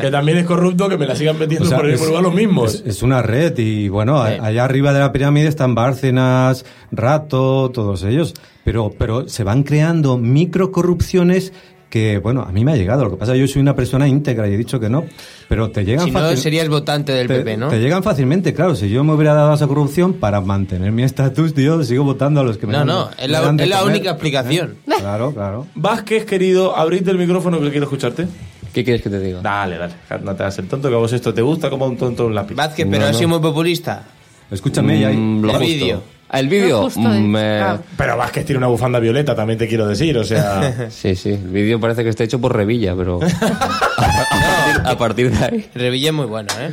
Speaker 3: que también es corrupto, que me la sigan
Speaker 4: O
Speaker 3: metiendo
Speaker 4: sea,
Speaker 3: por el
Speaker 4: es-
Speaker 3: mismo lugar los mismos.
Speaker 4: Es, es una red y bueno,
Speaker 7: Eh.
Speaker 4: a- allá arriba de la pirámide están Bárcenas, Rato, todos ellos. Pero, pero se van creando microcorrupciones que, bueno, a mí me ha llegado. Lo que pasa es que yo soy una persona íntegra y he dicho que no, pero te llegan
Speaker 7: Si no,
Speaker 4: fácil-
Speaker 7: serías votante del
Speaker 4: te,
Speaker 7: PP, ¿no?
Speaker 4: te llegan fácilmente, claro. Si yo me hubiera dado esa corrupción para mantener mi estatus, tío, sigo votando a los que me
Speaker 7: No,
Speaker 4: dan-
Speaker 7: no, es la-
Speaker 4: me dan de
Speaker 7: es la
Speaker 4: comer.
Speaker 7: única explicación.
Speaker 4: ¿Eh? Claro, claro.
Speaker 3: Vázquez, querido, abrite el micrófono que quiero escucharte.
Speaker 8: ¿Qué quieres que te diga?
Speaker 3: Dale, dale. No te hagas el tonto que a vos esto te gusta como un tonto un lápiz.
Speaker 7: Vázquez, pero
Speaker 4: No,
Speaker 7: ha
Speaker 4: no.
Speaker 7: sido muy populista.
Speaker 4: Escúchame, ya hay-
Speaker 8: Mm, lo
Speaker 7: El
Speaker 8: justo.
Speaker 7: vídeo.
Speaker 8: Ah, El
Speaker 6: Lo
Speaker 8: vídeo.
Speaker 6: justo de-
Speaker 8: mm, me-
Speaker 6: Ah.
Speaker 3: Pero Vázquez tiene una bufanda violeta, también te quiero decir, o sea...
Speaker 8: Sí, sí. El vídeo parece que está hecho por Revilla, pero. a partir de ahí.
Speaker 7: Revilla es muy bueno, ¿eh?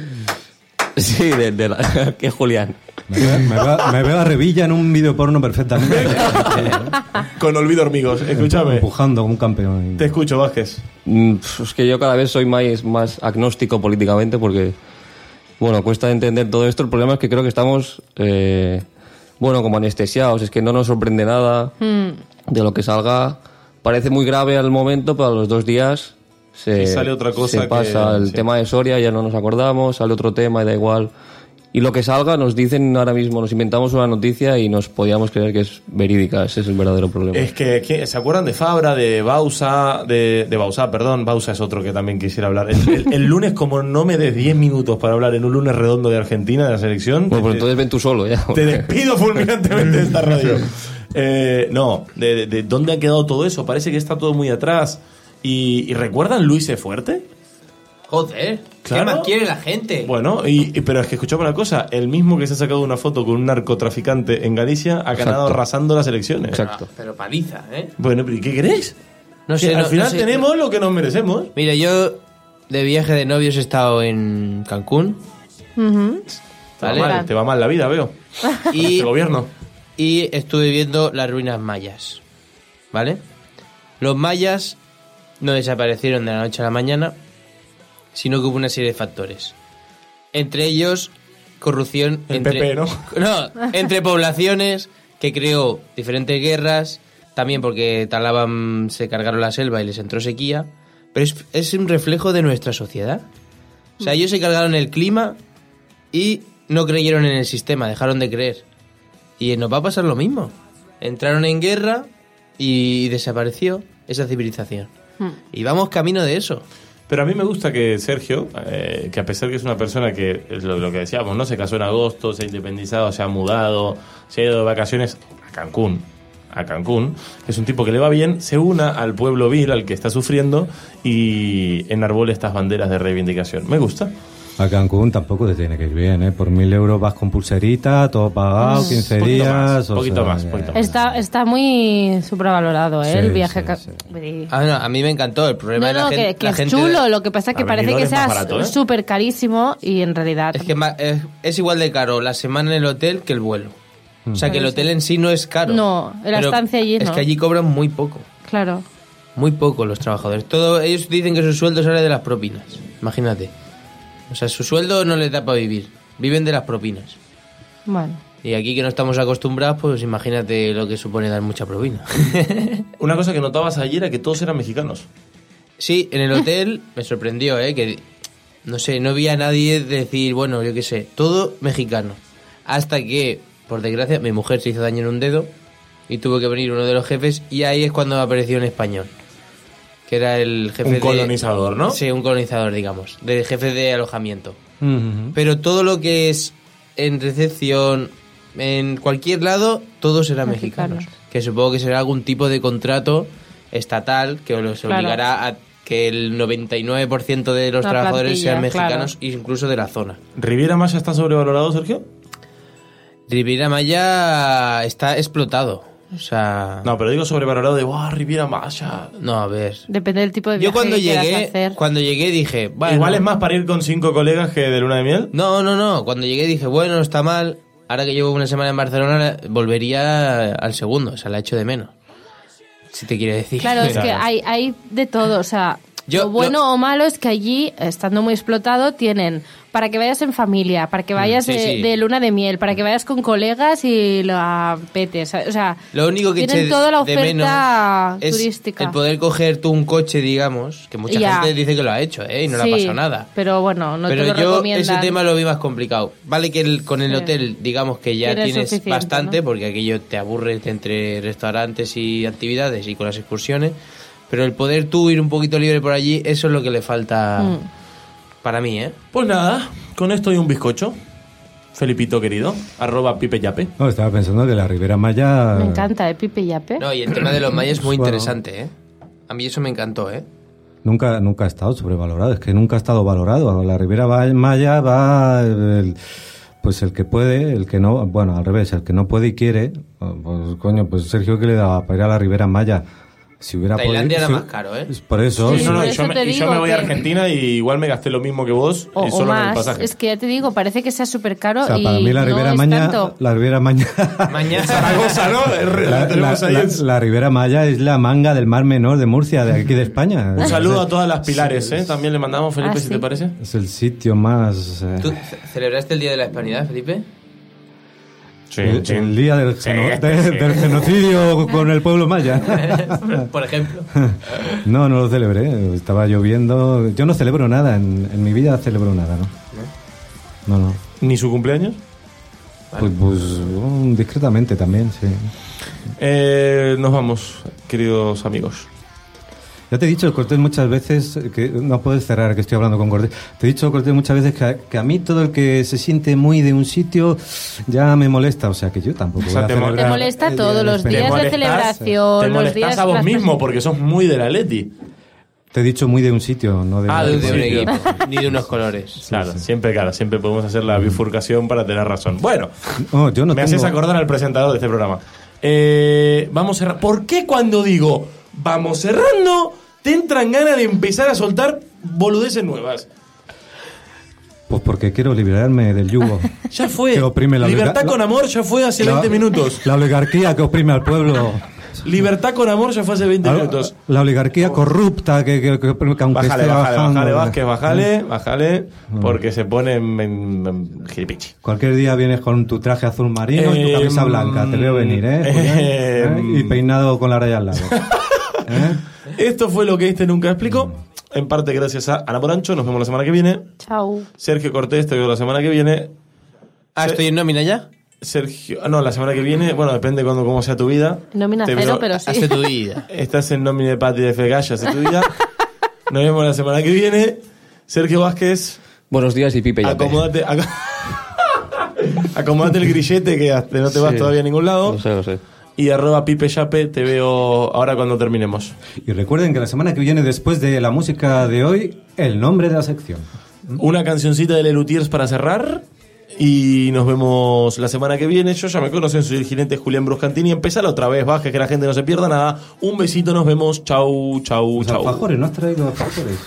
Speaker 8: Sí, de, de la. que Julián.
Speaker 4: Me, veo- me veo- me veo a Revilla en un video porno perfectamente.
Speaker 3: Con olvido hormigos, escúchame.
Speaker 4: Empujando como un campeón.
Speaker 3: Te escucho, Vázquez.
Speaker 8: Mm, pf, Es que yo cada vez soy más, más agnóstico políticamente porque, bueno, cuesta entender todo esto. El problema es que creo que estamos, eh, bueno, como anestesiados. Es que no nos sorprende nada de lo que salga. Parece muy grave al momento, pero a los dos días se,
Speaker 3: Sí, sale otra cosa
Speaker 8: se
Speaker 3: que-
Speaker 8: pasa. el
Speaker 3: sí.
Speaker 8: tema de Soria ya no nos acordamos, sale otro tema y da igual. Y lo que salga nos dicen ahora mismo, nos inventamos una noticia y nos podíamos creer que es verídica. Ese es el verdadero problema.
Speaker 3: Es que, ¿qué- ¿se acuerdan de Fabra, de Bausa, de, de Bausa, perdón, Bausa es otro que también quisiera hablar. El, el- el lunes, como no me des 10 minutos para hablar en un lunes redondo de Argentina, de la selección,
Speaker 8: bueno, pues
Speaker 3: te-
Speaker 8: entonces ven tú solo ya.
Speaker 3: Te
Speaker 8: porque-
Speaker 3: despido fulminantemente de esta radio. Eh, no, de, de- de dónde ha quedado todo eso? Parece que está todo muy atrás. ¿Y, y recuerdan Luis E. Fuerte?
Speaker 7: Joder,
Speaker 3: Claro.
Speaker 7: ¿qué más quiere la gente?
Speaker 3: Bueno, y, y- pero es que escuchame una cosa: el mismo que se ha sacado una foto con un narcotraficante en Galicia ha ganado
Speaker 8: Exacto.
Speaker 3: arrasando las elecciones.
Speaker 8: Exacto.
Speaker 7: Ah, pero paliza, ¿eh?
Speaker 3: Bueno, pero ¿y qué querés?
Speaker 7: No
Speaker 3: Que
Speaker 7: sé,
Speaker 3: al
Speaker 7: no-
Speaker 3: final
Speaker 7: no sé.
Speaker 3: tenemos lo que nos merecemos.
Speaker 7: Mira, yo de viaje de novios he estado en Cancún
Speaker 6: Ujú.
Speaker 3: Te va,
Speaker 7: Vale.
Speaker 3: mal, te va mal la vida, veo.
Speaker 7: y,
Speaker 3: Este gobierno.
Speaker 7: y estuve viendo las ruinas mayas. ¿Vale? Los mayas no desaparecieron de la noche a la mañana, sino que hubo una serie de factores. Entre ellos, corrupción
Speaker 3: El
Speaker 7: entre,
Speaker 3: PP, ¿no?
Speaker 7: No, entre poblaciones que creó diferentes guerras, también porque talaban, se cargaron la selva y les entró sequía. Pero es, es un reflejo de nuestra sociedad. O sea, ellos se cargaron el clima y no creyeron en el sistema, dejaron de creer. Y nos va a pasar lo mismo. Entraron en guerra y desapareció esa civilización.
Speaker 6: Hmm.
Speaker 7: Y vamos camino de eso.
Speaker 3: Pero a mí me gusta que Sergio, eh, que a pesar que es una persona que, es lo, lo que decíamos, ¿no? Se casó en agosto, se ha independizado, se ha mudado, se ha ido de vacaciones a Cancún. A Cancún, que es un tipo que le va bien, se una al pueblo vil, al que está sufriendo, y enarbole estas banderas de reivindicación. Me gusta.
Speaker 4: A Cancún tampoco te tiene que ir bien, ¿eh? Por mil euros vas con pulserita, todo
Speaker 6: Mm.
Speaker 4: pagado, 15
Speaker 3: Poquito
Speaker 4: días.
Speaker 3: más,
Speaker 4: o
Speaker 3: poquito
Speaker 4: sea,
Speaker 3: más, poquito más.
Speaker 6: Está, está muy sobrevalorado, ¿eh?
Speaker 4: Sí,
Speaker 6: el viaje
Speaker 4: sí,
Speaker 6: a Ca-
Speaker 4: sí.
Speaker 6: Uy.
Speaker 7: Ah, no, a mí me encantó. El
Speaker 6: No, no,
Speaker 7: problema de la
Speaker 6: que,
Speaker 7: gente.
Speaker 6: que
Speaker 7: la
Speaker 6: es
Speaker 7: gente-
Speaker 6: chulo, lo que pasa es que
Speaker 3: A
Speaker 6: parece
Speaker 3: Benidorm
Speaker 6: que
Speaker 3: es más
Speaker 6: sea
Speaker 3: barato, ¿eh?
Speaker 6: súper carísimo y en realidad...
Speaker 7: Es que ma- es, es igual de caro la semana en el hotel que el vuelo. O sea, que el hotel en sí no es caro.
Speaker 6: No, la
Speaker 7: Pero
Speaker 6: estancia allí
Speaker 7: Es
Speaker 6: no.
Speaker 7: que allí cobran muy poco.
Speaker 6: Claro.
Speaker 7: Muy poco los trabajadores. Todo, ellos dicen que su sueldo sale de las propinas. Imagínate. O sea, su sueldo no les da para vivir. Viven de las propinas.
Speaker 6: Bueno.
Speaker 7: Y aquí que no estamos acostumbrados, pues imagínate lo que supone dar mucha propina.
Speaker 3: Una cosa que notabas ayer era que todos eran mexicanos.
Speaker 7: sí, en el hotel me sorprendió, ¿eh? Que, no sé, no vi a nadie decir, bueno, yo qué sé, todo mexicano. Hasta que, por desgracia, mi mujer se hizo daño en un dedo y tuvo que venir uno de los jefes y ahí es cuando apareció un español. Que era el jefe
Speaker 3: Un
Speaker 7: de-
Speaker 3: colonizador, ¿no?
Speaker 7: Sí, un colonizador, digamos. De jefe de alojamiento.
Speaker 4: Ujú.
Speaker 7: Pero todo lo que es en recepción, en cualquier lado, todos serán mexicanos.
Speaker 6: Mexicanos.
Speaker 7: Que supongo que será algún tipo de contrato estatal que los
Speaker 6: Claro.
Speaker 7: obligará a que el 99% de los
Speaker 6: La
Speaker 7: trabajadores
Speaker 6: plantilla,
Speaker 7: sean mexicanos, incluso de la zona.
Speaker 3: ¿Riviera Maya está sobrevalorado, Sergio?
Speaker 7: Riviera Maya está explotado. O sea.
Speaker 3: No, pero digo sobrevalorado de, ¡guau, Riviera Maya!
Speaker 7: no, a ver.
Speaker 6: Depende del tipo de viaje
Speaker 7: Yo cuando
Speaker 6: que quieras
Speaker 7: llegué,
Speaker 6: hacer.
Speaker 7: cuando llegué dije. Bueno,
Speaker 3: Igual es más para ir con cinco colegas que de luna de miel.
Speaker 7: No, no, no. Cuando llegué dije, bueno, no está mal. Ahora que llevo una semana en Barcelona, volvería al segundo. O sea, la echo de menos. Si te quiere decir.
Speaker 6: Claro, es que
Speaker 3: Claro.
Speaker 6: hay, hay de todo. O sea,
Speaker 7: Yo-
Speaker 6: lo bueno
Speaker 7: yo-
Speaker 6: o malo es que allí, estando muy explotado, tienen para que vayas en familia, para que vayas
Speaker 7: Mm, sí,
Speaker 6: de,
Speaker 7: sí.
Speaker 6: de luna de miel, para que vayas con colegas y la petes. ¿sabes? O sea,
Speaker 7: Lo único que eché
Speaker 6: tienen toda la
Speaker 7: de
Speaker 6: oferta
Speaker 7: menos es
Speaker 6: turística.
Speaker 7: el poder coger tú un coche, digamos, que mucha
Speaker 6: Ya.
Speaker 7: gente dice que lo ha hecho, ¿eh? Y no le
Speaker 6: Sí,
Speaker 7: ha pasado nada.
Speaker 6: Pero bueno, no
Speaker 7: Pero
Speaker 6: te lo
Speaker 7: yo
Speaker 6: recomiendan.
Speaker 7: ese tema lo vi más complicado. Vale que el- con el
Speaker 6: Sí.
Speaker 7: hotel, digamos que ya
Speaker 6: Tienes
Speaker 7: tienes,
Speaker 6: suficiente,
Speaker 7: bastante,
Speaker 6: ¿no?
Speaker 7: porque aquello te aburre entre restaurantes y actividades y con las excursiones. Pero el poder tú ir un poquito libre por allí, eso es lo que le falta
Speaker 6: Mm.
Speaker 7: para mí, ¿eh?
Speaker 3: Pues nada, con esto y un bizcocho. Felipito querido, arroba pipe yape.
Speaker 4: No, estaba pensando que la Ribera Maya...
Speaker 6: Me encanta, ¿eh? Pipe Yape.
Speaker 7: No, y el tema de los mayas es muy
Speaker 4: Bueno.
Speaker 7: interesante, ¿eh? A mí eso me encantó, ¿eh?
Speaker 4: Nunca, nunca ha estado sobrevalorado, es que nunca ha estado valorado. La Ribera Va- Maya va el- pues el que puede, el que no, bueno, al revés, el que no puede y quiere, pues coño, pues Sergio que le daba para ir a la Ribera Maya. Si hubiera
Speaker 7: Tailandia era
Speaker 4: si-
Speaker 7: más caro, ¿eh?
Speaker 4: es Por eso,
Speaker 6: Sí,
Speaker 4: si-
Speaker 3: no, no, y
Speaker 6: eso
Speaker 3: yo, me,
Speaker 6: te
Speaker 3: y yo
Speaker 6: digo
Speaker 3: me voy a
Speaker 6: que-
Speaker 3: Argentina y igual me gasté lo mismo que vos
Speaker 6: O,
Speaker 3: y
Speaker 6: o
Speaker 3: solo en el
Speaker 6: más.
Speaker 3: pasaje.
Speaker 6: Es que ya te digo, parece que sea súper caro.
Speaker 4: o sea,
Speaker 6: y
Speaker 4: para mí la
Speaker 6: no
Speaker 4: Ribera
Speaker 6: es
Speaker 4: Maya,
Speaker 6: tanto.
Speaker 4: la Ribera Maya,
Speaker 7: Mañana.
Speaker 3: Zaragoza, ¿no? La
Speaker 4: la,
Speaker 3: tenemos
Speaker 4: la-
Speaker 3: ahí
Speaker 4: la-
Speaker 3: en-
Speaker 4: la Ribera Maya es la manga del Mar Menor de Murcia, de aquí de España.
Speaker 3: Un saludo a todas las pilares, ¿eh? También le mandamos, Felipe,
Speaker 6: Ah,
Speaker 3: si
Speaker 6: sí.
Speaker 3: te parece.
Speaker 4: Es el sitio más. eh,
Speaker 7: ¿Tú ce- celebraste el Día de la Hispanidad, Felipe?
Speaker 3: Eh,
Speaker 4: el, el día del, geno- de- del genocidio con el pueblo maya.
Speaker 7: Por ejemplo.
Speaker 4: No, no lo celebré. Estaba lloviendo. Yo no celebro nada. En, en mi vida celebro nada, ¿no? No, no.
Speaker 3: ¿Ni su cumpleaños?
Speaker 4: Pues, pues, um, discretamente también, sí.
Speaker 3: Eh, nos vamos, queridos amigos.
Speaker 4: Ya te he dicho, Cortés, muchas veces que no puedes cerrar que estoy hablando con Cortés. Te he dicho, Cortés, muchas veces que a, que a mí todo el que se siente muy de un sitio ya me molesta. O sea, que yo tampoco.
Speaker 3: O sea,
Speaker 4: voy a
Speaker 3: te mo-
Speaker 4: celebrar
Speaker 6: Te molesta
Speaker 4: el día
Speaker 6: todos
Speaker 4: del
Speaker 6: los
Speaker 4: espectáculo.
Speaker 6: días de celebración,
Speaker 3: te
Speaker 6: los
Speaker 3: molestás
Speaker 6: días
Speaker 3: a vos
Speaker 6: las
Speaker 3: mismo porque sos muy de la Leti.
Speaker 4: Te he dicho muy de un sitio, no de
Speaker 7: Ah,
Speaker 4: un
Speaker 7: de,
Speaker 4: equipo.
Speaker 7: de un
Speaker 3: Sí,
Speaker 7: equipo, ni de unos colores.
Speaker 3: claro, siempre, claro, siempre podemos hacer la bifurcación para tener razón. Bueno,
Speaker 4: No, yo Mm. no
Speaker 3: me
Speaker 4: tengo-
Speaker 3: haces acordar al presentador de este programa. Eh, vamos cerrando. ¿Por qué cuando digo vamos cerrando te entran ganas de empezar a soltar boludeces nuevas?
Speaker 4: Pues porque quiero liberarme del yugo.
Speaker 3: Ya fue.
Speaker 4: Que oprime la
Speaker 3: Libertad
Speaker 4: obliga-
Speaker 3: con
Speaker 4: la-
Speaker 3: amor ya fue hace
Speaker 4: La-
Speaker 3: 20 minutos.
Speaker 4: La oligarquía que oprime al pueblo.
Speaker 3: Libertad con amor ya fue hace 20
Speaker 4: La-
Speaker 3: minutos.
Speaker 4: La oligarquía corrupta que, que, que- que aunque
Speaker 3: Bájale,
Speaker 4: esté
Speaker 3: bájale,
Speaker 4: bajando,
Speaker 3: bájale,
Speaker 4: eh, Mm.
Speaker 3: Vázquez, bájale, bájale, porque se pone en, en- en gilipichi.
Speaker 4: Cualquier día vienes con tu traje azul marino y
Speaker 3: Eh,
Speaker 4: tu camisa blanca. Te veo venir, ¿eh? Julián?
Speaker 3: eh,
Speaker 4: ¿Eh? Y peinado con la raya al lado. ¿Eh?
Speaker 3: Esto fue lo que este nunca explicó.
Speaker 4: Mm.
Speaker 3: En parte gracias a Ana Morancho, nos vemos la semana que viene.
Speaker 6: Chao.
Speaker 3: Sergio Cortés, te veo la semana que viene.
Speaker 7: Ah, ¿estoy en nómina ya?
Speaker 3: Sergio, ah, no, la semana que viene, bueno, depende cuando cómo sea tu vida.
Speaker 6: Nómina
Speaker 3: Te
Speaker 6: cero,
Speaker 3: veo-
Speaker 6: pero sí.
Speaker 7: Hazte tu vida.
Speaker 3: Estás en nómina de Pati de Fegallas hace tu vida. Nos vemos la semana que viene. Sergio Vázquez,
Speaker 8: Buenos días y Pipe ya.
Speaker 3: acomódate, ac- acomódate el grillete que hasta no te vas
Speaker 8: Sí.
Speaker 3: todavía a ningún lado.
Speaker 8: No sé, no sé.
Speaker 3: Y arroba Pipe Yape, te veo ahora cuando terminemos.
Speaker 4: Y recuerden que la semana que viene, después de la música de hoy, el nombre de la sección.
Speaker 3: Una cancioncita de Lelutiers para cerrar. Y nos vemos la semana que viene. Yo ya me conocen, soy el jinete Julián Bruscantini. Empezala otra vez, bajes, que la gente no se pierda nada. Un besito, nos vemos. Chau, chau,
Speaker 4: Los
Speaker 3: chau.
Speaker 4: alfajores, ¿no has traído alfajores?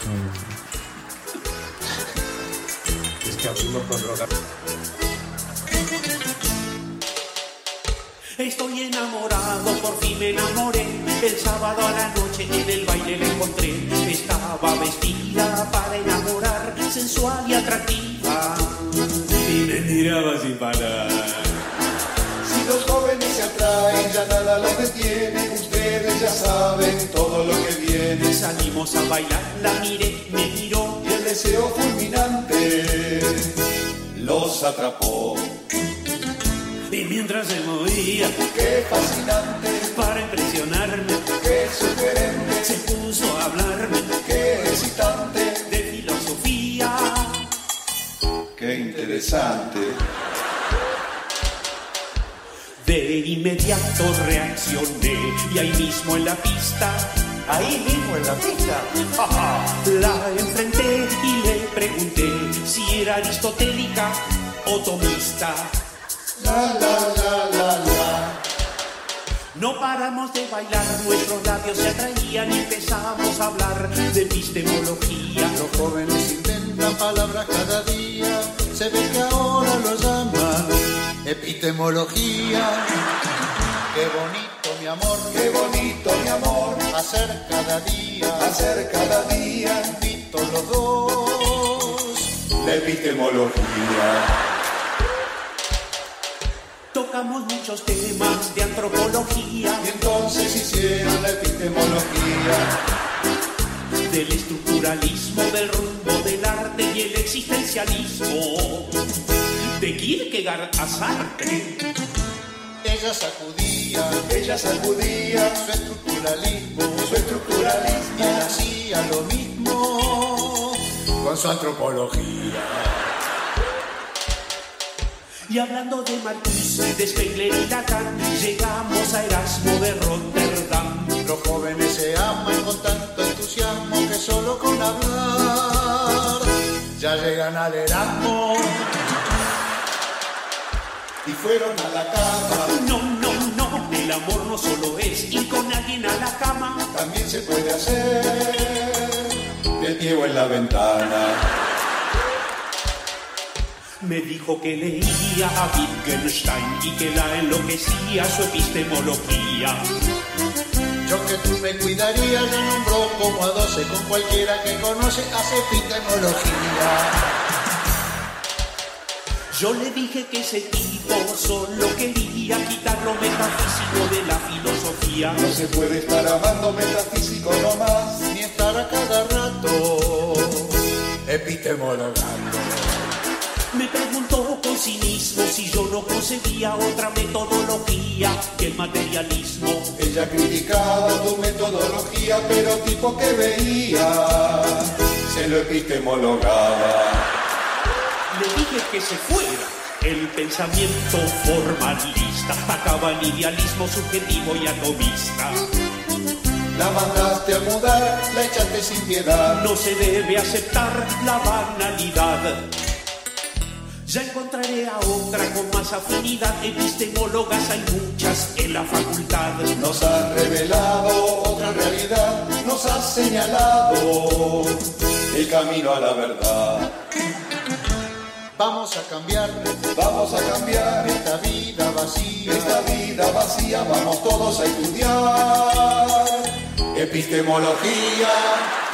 Speaker 10: Estoy enamorado, por fin me enamoré. El sábado a la noche en el baile la encontré. Estaba vestida para enamorar, sensual y atractiva. Y me miraba sin parar.
Speaker 2: Si los jóvenes se atraen, ya nada los detiene. Ustedes ya saben todo lo que viene.
Speaker 10: Salimos a bailar, la miré, me miró.
Speaker 2: Y el deseo fulminante los atrapó.
Speaker 10: Y mientras se movía,
Speaker 2: Qué fascinante,
Speaker 10: para impresionarme,
Speaker 2: qué sugerente,
Speaker 10: se puso a hablarme
Speaker 2: qué excitante,
Speaker 10: de filosofía.
Speaker 2: qué interesante.
Speaker 10: De inmediato reaccioné y ahí mismo en la pista, ahí mismo en la pista, ajá, la enfrenté y le pregunté si era aristotélica o tomista. No paramos de bailar, nuestros labios se atraían y empezamos a hablar de epistemología.
Speaker 2: Los jóvenes inventan palabras cada día, se ve que ahora lo llaman epistemología. Qué bonito mi amor, qué bonito mi amor, hacer cada día, hacer cada día, Visto los dos, la epistemología.
Speaker 10: Tocamos muchos temas de antropología,
Speaker 2: Y entonces hicieron la epistemología,
Speaker 10: del estructuralismo, del rumbo del arte y el existencialismo. De Kierkegaard a Sartre,
Speaker 2: ella sacudía, ella sacudía su estructuralismo, su estructuralismo. con su antropología.
Speaker 10: Y hablando de Marcuse, de Spengler y Lacan, llegamos a Erasmo de Rotterdam.
Speaker 2: Los jóvenes se aman con tanto entusiasmo que solo con hablar ya llegan al Erasmo. Y fueron a la cama,
Speaker 10: No, no, no, el amor no solo es ir con alguien a la cama.
Speaker 2: también se puede hacer de Diego en la ventana.
Speaker 10: Me dijo que leía a Wittgenstein y que la enloquecía su epistemología.
Speaker 2: Yo que tú me cuidaría, yo nombro como a doce con cualquiera que conoce, hace epistemología.
Speaker 10: Yo le dije que ese tipo solo quería quitar lo metafísico de la filosofía.
Speaker 2: No se puede estar amando metafísico nomás, ni estar a cada rato epistemologando.
Speaker 10: Me preguntó con cinismo si yo no concebía otra metodología que el materialismo.
Speaker 2: Ella criticaba tu metodología, pero tipo que veía, se lo epistemologaba.
Speaker 10: Le dije que se fuera el pensamiento formalista. Atacaba el idealismo subjetivo y atomista.
Speaker 2: La mandaste a mudar, la echaste sin piedad.
Speaker 10: No se debe aceptar la banalidad. Ya encontraré a otra con más afinidad. Epistemólogas hay muchas en la facultad.
Speaker 2: Nos has revelado otra realidad, nos has señalado el camino a la verdad. Vamos a cambiar, vamos a cambiar esta vida vacía, esta vida vacía, vamos todos a estudiar epistemología.